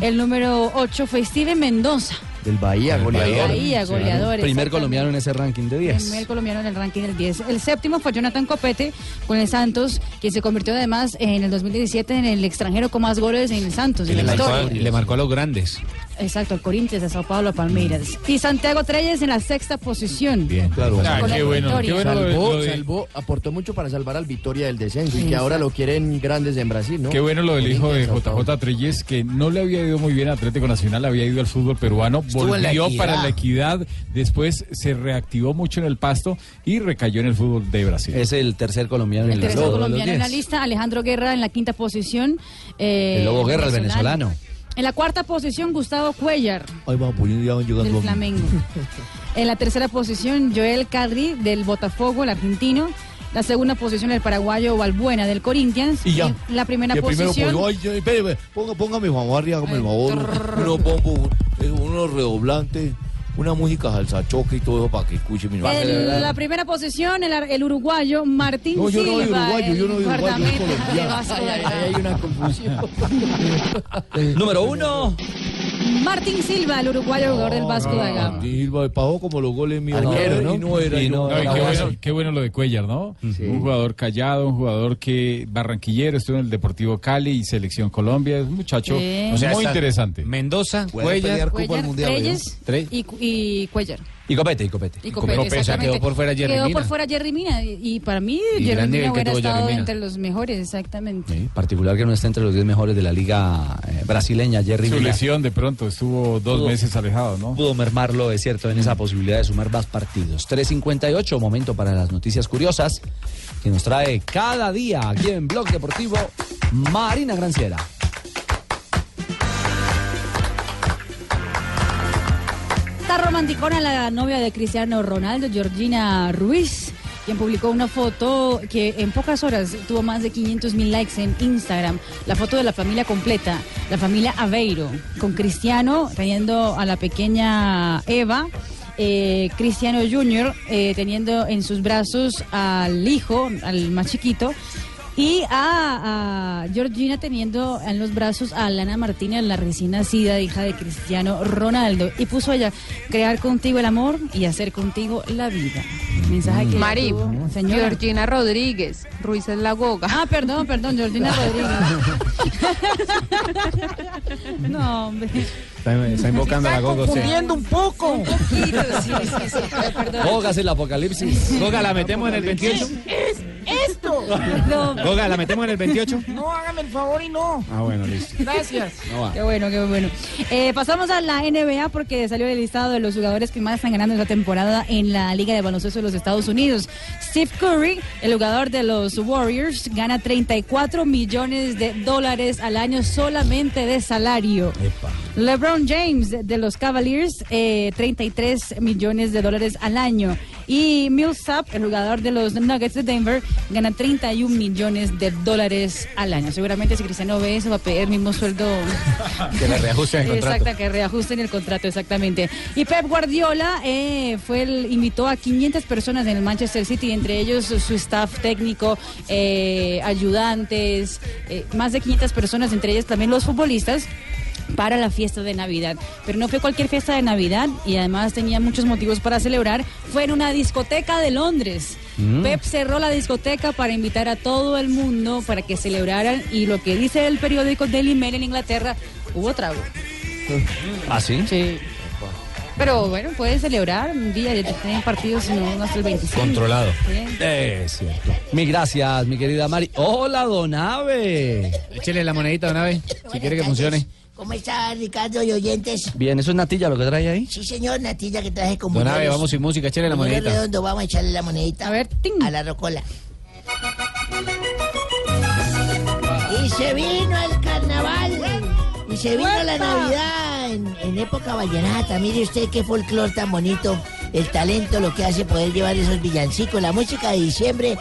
Speaker 8: el número 8 fue Steven Mendoza,
Speaker 7: Del Bahía, goleador.
Speaker 8: Bahía,
Speaker 7: Sí.
Speaker 8: goleador,
Speaker 1: Primer
Speaker 8: exactamente.
Speaker 1: colombiano en ese ranking de 10.
Speaker 8: primer colombiano en el ranking del 10. El séptimo fue Jonathan Copete con el Santos, quien se convirtió además en el 2017 en el extranjero con más goles en el Santos,
Speaker 13: Y
Speaker 8: en
Speaker 13: le
Speaker 8: la
Speaker 13: marcó, a-
Speaker 8: historia.
Speaker 13: le marcó a los grandes.
Speaker 8: Exacto, al Corinthians, a Sao Paulo, a Palmeiras. Y Santiago Treyes en la sexta posición.
Speaker 13: claro.
Speaker 8: Ah, qué bueno, qué bueno lo de-
Speaker 7: salvó,
Speaker 8: lo de-
Speaker 7: salvó, aportó mucho para salvar al Victoria del descenso y que
Speaker 8: Exacto.
Speaker 7: ahora lo quieren grandes en Brasil, ¿no?
Speaker 3: Qué bueno lo del hijo de
Speaker 7: Corinthians, Sao Paulo.
Speaker 3: JJ Treyes, que no le había ido muy bien a Atlético Nacional, había ido al fútbol peruano,
Speaker 7: Estuvo en la
Speaker 3: volvió
Speaker 7: Equidad.
Speaker 3: para la equidad, después se reactivó mucho en el pasto y recayó en el fútbol de Brasil.
Speaker 1: Es el tercer colombiano
Speaker 8: El tercer colombiano en la lista, Alejandro Guerra en la quinta posición. eh,
Speaker 1: El Lobo Guerra, el venezolano.
Speaker 8: En la cuarta posición, Gustavo Cuellar,
Speaker 2: Ahí vamos, pues ya van
Speaker 8: del
Speaker 2: llegando.
Speaker 8: Flamengo. En la tercera posición, Joel Cadri, del Botafogo, el argentino. La segunda posición, el paraguayo Valbuena, del Corinthians.
Speaker 2: Y ya.
Speaker 8: la primera
Speaker 2: Y el primero,
Speaker 8: posición,
Speaker 2: pues, ay, ay, espere, espere, ponga, ponga mi mamá arriba, hágame el favor. Uno pongo eh, unos redoblantes, una música salsa choque y todo eso para que escuche mi mamá.
Speaker 8: el- la primera posición, el, ar- el uruguayo Martín
Speaker 2: No, yo no
Speaker 8: Silva.
Speaker 2: soy uruguayo,
Speaker 8: el
Speaker 2: yo no soy uruguayo, yo soy
Speaker 8: guardameta de
Speaker 2: colombiano.
Speaker 8: Vasco
Speaker 7: Ay,
Speaker 8: da
Speaker 7: ay,
Speaker 8: Gama.
Speaker 7: ay, hay una confusión.
Speaker 1: Número uno.
Speaker 8: Martín Silva, el uruguayo jugador del Vasco da
Speaker 2: Ah,
Speaker 8: Gama.
Speaker 11: Silva, pagó como los goles míos.
Speaker 3: Arquero,
Speaker 11: Y no era. y no
Speaker 3: No, y
Speaker 11: era
Speaker 3: qué,
Speaker 11: base.
Speaker 3: bueno, qué bueno lo de Cuellar, ¿no? Un jugador callado, un jugador que barranquillero, estuvo en el Deportivo Cali y Selección Colombia, es un muchacho
Speaker 8: Sí.
Speaker 3: muy
Speaker 8: O sea, está-
Speaker 3: interesante.
Speaker 13: Mendoza,
Speaker 3: Puede pelear Copa
Speaker 8: Cuellar, Treyes y, Cu- y Cuellar.
Speaker 13: Y copete, y copete.
Speaker 8: Y Copete, exactamente.
Speaker 13: quedó por fuera Jerry
Speaker 8: Quedó
Speaker 13: Mina.
Speaker 8: por fuera Jerry Mina. Y, y para mí,
Speaker 1: Y
Speaker 8: Jerry
Speaker 1: gran nivel
Speaker 8: Mina
Speaker 1: que
Speaker 8: hubiera
Speaker 1: tuvo Jerry
Speaker 8: estado
Speaker 1: Mina.
Speaker 8: entre los mejores, exactamente.
Speaker 1: particular que no está entre los 10 mejores de la liga eh, brasileña, Jerry
Speaker 3: Su
Speaker 1: Mina.
Speaker 3: lesión de pronto estuvo dos
Speaker 1: Pudo-
Speaker 3: meses alejado, ¿no?
Speaker 1: Pudo mermarlo, es cierto, en esa posibilidad de sumar más partidos. 3.58, momento para las noticias curiosas que nos trae cada día aquí en Blog Deportivo Marina Granciera.
Speaker 8: Está romanticona la novia de Cristiano Ronaldo, Georgina Ruiz, quien publicó una foto que en pocas horas tuvo más de 500 mil likes en Instagram. La foto de la familia completa, la familia Aveiro, con Cristiano teniendo a la pequeña Eva. eh, Cristiano Jr. eh, teniendo en sus brazos al hijo, al más chiquito, y a, a Georgina teniendo en los brazos a Lana Martínez, la recién nacida hija de Cristiano Ronaldo. Y puso ella, crear contigo el amor y hacer contigo la vida. Mensaje que
Speaker 4: Mari,
Speaker 8: señora.
Speaker 4: Georgina Rodríguez, Ruiz es la goga.
Speaker 8: Ah, perdón, perdón, Georgina Rodríguez. no, hombre.
Speaker 13: Está, está invocando a la Gogo. sí.
Speaker 8: un poco. Un poquito, sí, sí, sí. Perdón.
Speaker 1: Póngase el apocalipsis.
Speaker 13: Goga, la metemos en el 28.
Speaker 22: es esto?
Speaker 13: Goga, la metemos en el 28.
Speaker 22: No, hágame el favor y no.
Speaker 13: Ah, bueno, listo.
Speaker 22: Gracias.
Speaker 13: No va.
Speaker 8: Qué bueno, qué bueno. Eh, pasamos a la NBA porque salió el listado de los jugadores que más están ganando esta temporada en la Liga de Baloncesto de los Estados Unidos. Steve Curry, el jugador de los Warriors, gana 34 millones de dólares al año solamente de salario. LeBron James de los Cavaliers, eh, 33 millones de dólares al año. Y Millsap, el jugador de los Nuggets de Denver, gana 31 millones de dólares al año. Seguramente si Cristiano ve eso va a pedir el mismo sueldo.
Speaker 13: Que le reajusten el contrato.
Speaker 8: Exacto, que reajusten el contrato, exactamente. Y Pep Guardiola eh, fue el, invitó a 500 personas en el Manchester City, entre ellos su staff técnico, eh, ayudantes, eh, más de 500 personas, entre ellas también los futbolistas para la fiesta de Navidad. Pero no fue cualquier fiesta de Navidad y además tenía muchos motivos para celebrar. Fue en una discoteca de Londres.
Speaker 22: Mm.
Speaker 8: Pep cerró la discoteca para invitar a todo el mundo para que celebraran y lo que dice el periódico Daily Mail en Inglaterra, hubo trago.
Speaker 1: ¿Ah, sí?
Speaker 8: Sí. Pero bueno, pueden celebrar un día, ya tienen partidos no, no hasta el 25.
Speaker 1: Controlado.
Speaker 8: Sí.
Speaker 1: Es cierto. Mi gracias, mi querida Mari. Hola, Donave.
Speaker 13: Échele la monedita, Donave, si quiere que funcione.
Speaker 2: ¿Cómo está Ricardo y oyentes?
Speaker 1: Bien, eso es Natilla lo que trae ahí.
Speaker 2: Sí, señor, Natilla que traje con
Speaker 13: Donave,
Speaker 2: buñuelos.
Speaker 13: vamos sin música, échele la
Speaker 2: Buñuelos
Speaker 13: monedita.
Speaker 2: redondos, vamos a echarle la monedita. A ver, A la rocola. Y se vino el carnaval. Y se vino la Navidad en, en época vallenata. Mire usted qué folclor tan bonito. El talento, lo que hace poder llevar esos villancicos. La música de diciembre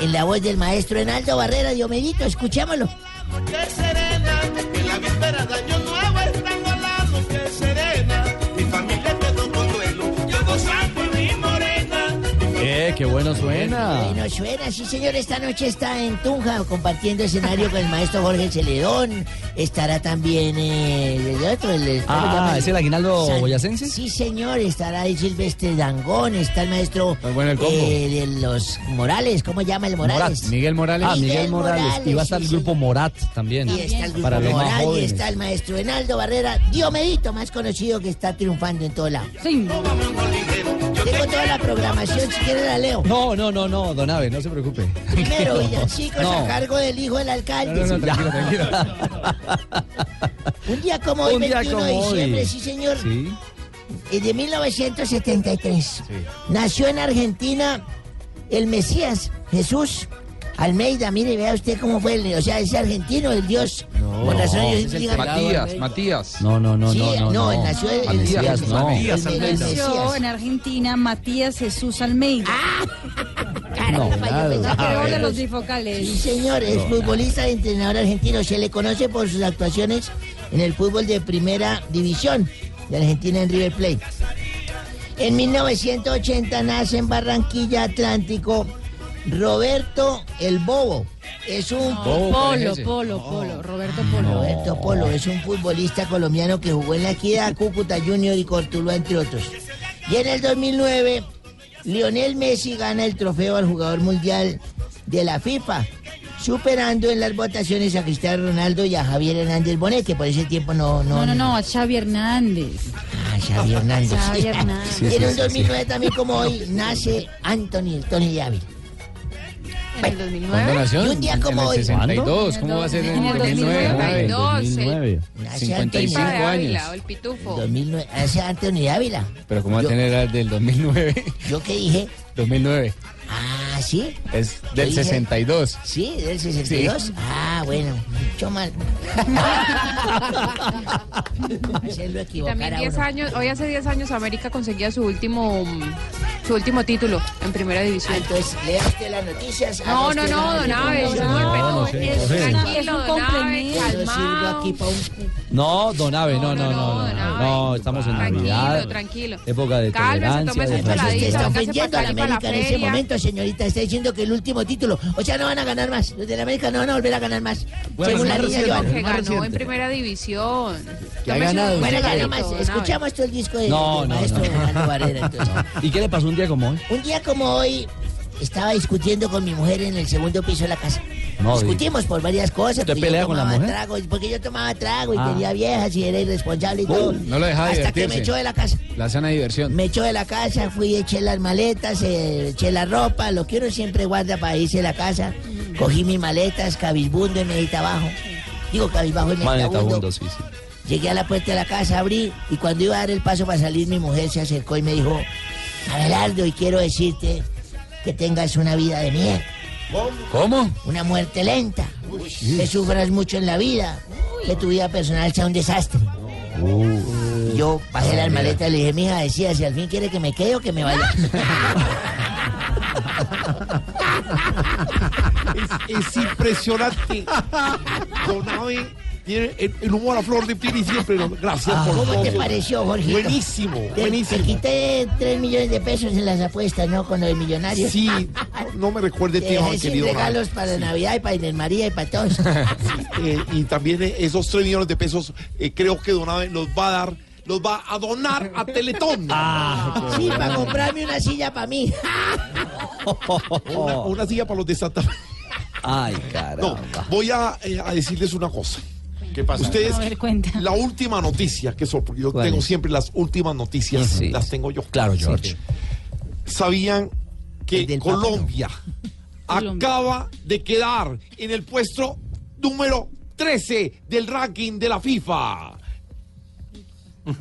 Speaker 2: en la voz del maestro Enaldo Barrera Diomedito. Escuchémoslo.
Speaker 22: Noche serena, en la víspera de año nuevo están la noche serena. Mi familia te con consuelo, yo gozando a mi morena.
Speaker 1: Eh, qué bueno suena.
Speaker 2: Bueno, suena, sí señor, esta noche está en Tunja compartiendo escenario con el maestro Jorge Celedón. Estará también eh, el otro, el... ¿cómo
Speaker 1: Ah,
Speaker 2: llama?
Speaker 1: ¿es el aguinaldo boyacense?
Speaker 2: Sí señor, estará el Silvestre Dangón, está el maestro...
Speaker 13: Pues bueno el combo.
Speaker 2: eh, de los Morales, ¿cómo llama el Morales?
Speaker 13: Morat, Miguel Morales.
Speaker 1: Ah, Miguel
Speaker 2: Miguel
Speaker 1: Morales.
Speaker 2: Morales,
Speaker 1: Y va a estar el grupo Morat también.
Speaker 2: Y está el grupo
Speaker 1: para los más
Speaker 2: Moral, y
Speaker 1: jóvenes.
Speaker 2: está el maestro Enaldo Barrera, Diomedito, más conocido que está triunfando en todo lado. Tengo toda la programación, si quieres la leo.
Speaker 1: No, no, no, no, Donave, no se preocupe.
Speaker 2: Primero, villancicos
Speaker 1: No.
Speaker 2: a cargo del hijo del alcalde.
Speaker 1: No, no, no,
Speaker 2: Ya.
Speaker 1: tranquilo, tranquilo.
Speaker 2: Un día como hoy,
Speaker 1: Un día
Speaker 2: 21 de
Speaker 1: como hoy.
Speaker 2: diciembre, sí señor,
Speaker 1: Sí.
Speaker 2: eh, de 1973, nació en Argentina el Mesías, Jesús Almeida. Mire, vea usted cómo fue, el, o sea, ese argentino, el Dios. Por razón,
Speaker 9: No,
Speaker 2: ellos
Speaker 9: es el
Speaker 2: digan-
Speaker 9: Matías, Matías.
Speaker 1: No, no, no,
Speaker 2: Sí,
Speaker 1: no, no.
Speaker 2: no, él nació el- el-
Speaker 1: Matías,
Speaker 2: el-
Speaker 1: no.
Speaker 2: el- el-
Speaker 8: Él Pues Nació
Speaker 2: Mesías.
Speaker 8: en Argentina Matías Jesús Almeida.
Speaker 2: Ah.
Speaker 8: Pues,
Speaker 1: No, Ah,
Speaker 8: Creador de
Speaker 2: ver.
Speaker 8: los bifocales.
Speaker 2: Sí, señor, es futbolista y entrenador argentino. Se le conoce por sus actuaciones en el fútbol de primera división de Argentina en River Plate. En 1980 nace en Barranquilla Atlántico Roberto el Bobo, Oh, es un
Speaker 8: Bobo, Polo, parece. Polo, Polo, Roberto Polo.
Speaker 2: Roberto Polo Eh, es un futbolista colombiano que jugó en la Equidad, Cúcuta Junior y Cortuluá, entre otros. Y en el 2009, Lionel Messi gana el trofeo al jugador mundial de la FIFA, superando en las votaciones a Cristiano Ronaldo y a Javier Hernández Bonet, que por ese tiempo no...
Speaker 8: No, no, no, a Xavi Hernández.
Speaker 2: Ah, Xavi Hernández.
Speaker 8: Xavi Hernández.
Speaker 2: Y en un 2009 también como hoy nace Anthony, el Tony Ávila.
Speaker 4: En el 2009.
Speaker 13: ¿Cuándo nació?
Speaker 2: ¿Eh? Y un día
Speaker 13: En
Speaker 2: como
Speaker 13: el
Speaker 2: hoy.
Speaker 13: 62, ¿cómo va a ser en el 2009?
Speaker 4: 2009.
Speaker 13: 55 años.
Speaker 4: El pitufo.
Speaker 2: 2009, hace Anthony Ávila.
Speaker 13: Pero ¿cómo va a tener al del 2009?
Speaker 2: ¿Yo qué dije?
Speaker 13: 2009.
Speaker 2: Ah, sí.
Speaker 13: Es
Speaker 2: Yo
Speaker 13: del
Speaker 2: dije-
Speaker 13: 62.
Speaker 2: Sí, del 62.
Speaker 13: Sí.
Speaker 2: Ah, bueno, mucho mal. Hacerlo equivocar
Speaker 4: También
Speaker 2: a
Speaker 4: 10
Speaker 2: uno.
Speaker 4: años, hoy hace 10 años América conseguía su último mm, su último título en primera división.
Speaker 2: Entonces, lea usted las noticias. haga
Speaker 4: No, no,
Speaker 2: usted
Speaker 4: no,
Speaker 2: la-
Speaker 4: don Aves,
Speaker 2: No,
Speaker 4: no,
Speaker 2: no,
Speaker 4: no,
Speaker 2: sí,
Speaker 4: es
Speaker 2: no, sí.
Speaker 4: tranquilo,
Speaker 8: Es un
Speaker 4: don Aves,
Speaker 2: Eso sirve
Speaker 4: calmado.
Speaker 2: aquí para un
Speaker 1: No, don Ave, no, no, no. No, no, estamos en Navidad.
Speaker 4: Tranquilo, tranquilo.
Speaker 1: Época de
Speaker 4: Cálmese,
Speaker 1: tolerancia.
Speaker 4: tómese
Speaker 1: de
Speaker 4: su
Speaker 2: Usted
Speaker 4: heladito,
Speaker 2: está
Speaker 4: hágase
Speaker 2: ofendiendo
Speaker 4: para
Speaker 2: a la
Speaker 4: acá y para la
Speaker 2: América en ese
Speaker 4: feria.
Speaker 2: momento, señorita. Está diciendo que el último título. O sea, no van a ganar más. Los de la América no van a volver a ganar más.
Speaker 4: Bueno,
Speaker 2: Según pues, la
Speaker 4: el
Speaker 2: niña
Speaker 4: último
Speaker 2: Joana.
Speaker 4: que ganó en primera división.
Speaker 2: Que ha
Speaker 4: Tómese un
Speaker 2: ganado, Bueno,
Speaker 4: heladito,
Speaker 2: ganó
Speaker 4: don
Speaker 2: más.
Speaker 4: Aves.
Speaker 2: Escuchamos todo el disco de
Speaker 1: No,
Speaker 2: del
Speaker 1: no,
Speaker 2: maestro Fernando Varela.
Speaker 1: no. ¿Y qué le pasó un día como hoy?
Speaker 2: Un día como hoy estaba discutiendo con mi mujer en el segundo piso de la casa.
Speaker 1: No,
Speaker 2: Discutimos por varias cosas.
Speaker 1: ¿Usted
Speaker 2: porque yo
Speaker 1: pelea con la
Speaker 2: tomaba
Speaker 1: mujer?
Speaker 2: trago, porque yo tomaba trago y
Speaker 13: Ah.
Speaker 2: tenía viejas y era irresponsable y todo.
Speaker 13: No lo dejaba
Speaker 2: Hasta que
Speaker 13: divertirse.
Speaker 2: me echó de la casa.
Speaker 13: La sana diversión.
Speaker 2: Me echó de la casa, fui, eché las maletas, eh, eché la ropa, lo que uno siempre guarda para irse de la casa. Cogí mis maletas, cabizbundo y medita abajo. Digo cabizbajo y
Speaker 1: Madre
Speaker 2: medita
Speaker 1: Tabundo, sí, sí.
Speaker 2: Llegué a la puerta de la casa, abrí y cuando iba a dar el paso para salir, mi mujer se acercó y me dijo, Abelardo, y quiero decirte que tengas una vida de mierda.
Speaker 13: ¿Cómo?
Speaker 2: Una muerte lenta. Que sufras mucho en la vida. Que tu vida personal sea un desastre.
Speaker 13: Uh,
Speaker 2: Y yo bajé las maletas y le dije, mija, decía, si al fin quiere que me quede o que me vaya.
Speaker 22: Es impresionante. Don Abe tiene el, el humor a flor de piel y siempre. lo- Gracias por
Speaker 2: Ah, ¿Cómo
Speaker 22: todo.
Speaker 2: te pareció, Jorge?
Speaker 22: Buenísimo,
Speaker 2: Te- Te,
Speaker 22: buenísimo.
Speaker 2: quité 3 millones de pesos en las apuestas, ¿no? Con los millonarios. Ah.
Speaker 22: Sí, no me recuerde,
Speaker 2: Te
Speaker 22: tío,
Speaker 2: dejé sin
Speaker 22: querido Don Abe.
Speaker 2: regalos para Navidad y para Inés María y para todos.
Speaker 22: Eh, y también eh, esos 3 millones de pesos eh, creo que Donabe los va a dar, los va a donar a Teletón.
Speaker 2: Sí, para comprarme una silla para mí.
Speaker 22: Una, una silla para los de Santa Fe.
Speaker 1: Ay, caramba.
Speaker 22: No, voy a, eh, a decirles una cosa.
Speaker 13: ¿Qué pasa?
Speaker 22: Ustedes,
Speaker 8: A ver, cuenta.
Speaker 22: la última noticia, que eso, porque yo
Speaker 13: ¿Cuál
Speaker 22: tengo
Speaker 13: es?
Speaker 22: siempre las últimas noticias,
Speaker 13: Sí.
Speaker 22: las tengo yo.
Speaker 1: Claro, George.
Speaker 22: ¿Sabían que
Speaker 8: Colombia.
Speaker 22: Colombia acaba de quedar en el puesto número 13 del ranking de la FIFA?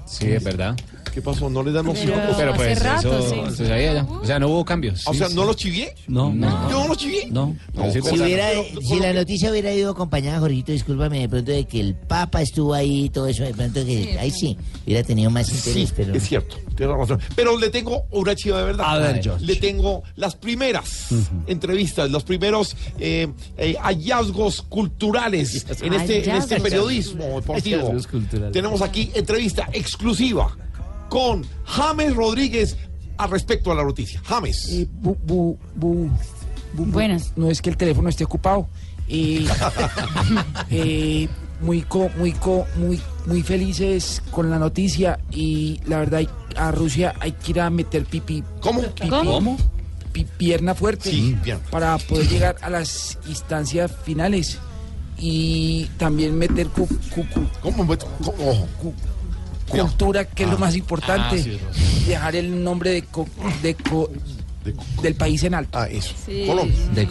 Speaker 13: Sí, es verdad.
Speaker 22: ¿Qué pasó? ¿No le dan opción?
Speaker 13: Pero pues
Speaker 22: hace rato,
Speaker 13: eso
Speaker 22: sí.
Speaker 13: se sabía ya. O sea, no hubo cambios.
Speaker 22: O
Speaker 13: Sí,
Speaker 22: sea,
Speaker 13: sí.
Speaker 22: ¿no los chivié?
Speaker 1: No,
Speaker 13: no.
Speaker 22: ¿Yo no los chivié?
Speaker 1: No.
Speaker 13: No, sí,
Speaker 2: Si,
Speaker 13: pero-
Speaker 2: hubiera- si la noticia hubiera ido acompañada, Jorgito, discúlpame de pronto de que el Papa estuvo ahí y todo eso, de pronto que ahí sí, hubiera tenido más interés,
Speaker 22: Sí,
Speaker 2: pero...
Speaker 22: es cierto, tiene razón. Pero le tengo una chiva de verdad.
Speaker 1: A ver, George.
Speaker 22: Le tengo las primeras entrevistas, los primeros eh, eh, hallazgos culturales en este, en este
Speaker 13: Hallazgos.
Speaker 22: periodismo deportivo.
Speaker 13: Hallazgos culturales.
Speaker 22: Tenemos aquí entrevista exclusiva con James Rodríguez al respecto a la noticia. James.
Speaker 15: Eh, Bu- bu- bu- bu- bu-
Speaker 8: Buenas.
Speaker 15: No es que el teléfono esté ocupado. Eh, eh, muy co- muy co- muy muy felices con la noticia y la verdad hay- a Rusia hay que ir a meter pipí.
Speaker 22: ¿Cómo?
Speaker 15: ¿Cómo? pierna fuerte
Speaker 22: Sí, pierna.
Speaker 15: para poder llegar a las instancias finales y también meter cu- cu- cu- cu- cultura que es lo más importante
Speaker 22: Ah, sí,
Speaker 15: dejar el nombre de co- de co- del país en alto.
Speaker 22: Ah, eso.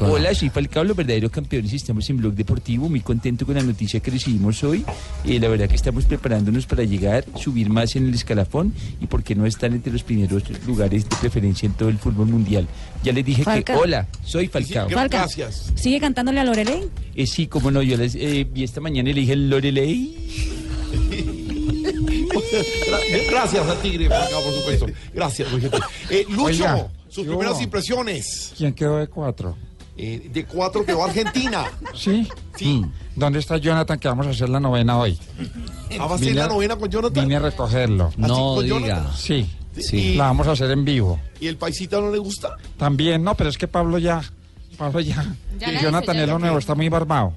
Speaker 27: Hola, soy Falcao, los verdaderos campeones. Estamos en Blog Deportivo, muy contento con la noticia que recibimos hoy. Eh, la verdad que estamos preparándonos para llegar, subir más en el escalafón y por qué no estar entre los primeros lugares de preferencia en todo el fútbol mundial. Ya les dije
Speaker 8: Falcao.
Speaker 27: que hola, soy Falcao.
Speaker 8: Falca, ¿Sigue cantándole a Loreley?
Speaker 27: Eh, sí, como no, yo les eh, vi esta mañana y le dije Lorelei.
Speaker 22: Gra- Gracias a Tigre, por acá, por supuesto. Gracias, muy gentil. Eh, Lucho,
Speaker 27: Oiga,
Speaker 22: sus
Speaker 27: ¿qué
Speaker 22: primeras
Speaker 27: hubo?
Speaker 22: impresiones
Speaker 27: ¿Quién quedó de cuatro?
Speaker 22: eh, de cuatro quedó Argentina.
Speaker 27: ¿Sí?
Speaker 22: Sí.
Speaker 24: Mm.
Speaker 27: ¿Dónde está Jonathan que vamos a hacer la novena hoy?
Speaker 22: Ah, va a ser la novena con Jonathan.
Speaker 27: Vine a recogerlo.
Speaker 22: No con diga. Jonathan?
Speaker 27: Sí,
Speaker 22: Sí.
Speaker 27: la vamos a hacer en vivo.
Speaker 22: ¿Y el paisita no le gusta?
Speaker 27: También, no, pero es que Pablo ya...
Speaker 24: paso ya.
Speaker 22: Ya
Speaker 24: y
Speaker 22: la hizo,
Speaker 24: Jonathan
Speaker 22: ya
Speaker 24: es
Speaker 22: la
Speaker 24: lo nuevo, está muy barbado.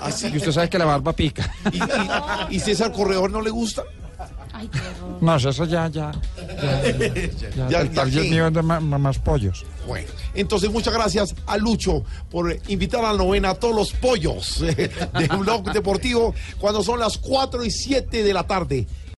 Speaker 22: Así.
Speaker 24: Y usted sabe que la barba pica.
Speaker 22: ¿Y César Corredor no le gusta?
Speaker 24: No, eso ya, ya. ya,
Speaker 22: Ya,
Speaker 24: el
Speaker 22: ya,
Speaker 24: target
Speaker 22: sí.
Speaker 24: mío es de ma- ma- más pollos.
Speaker 22: Bueno, entonces muchas gracias a Lucho por eh, invitar a la novena a todos los pollos eh, de Blog Deportivo cuando son las 4 y 7 de la tarde.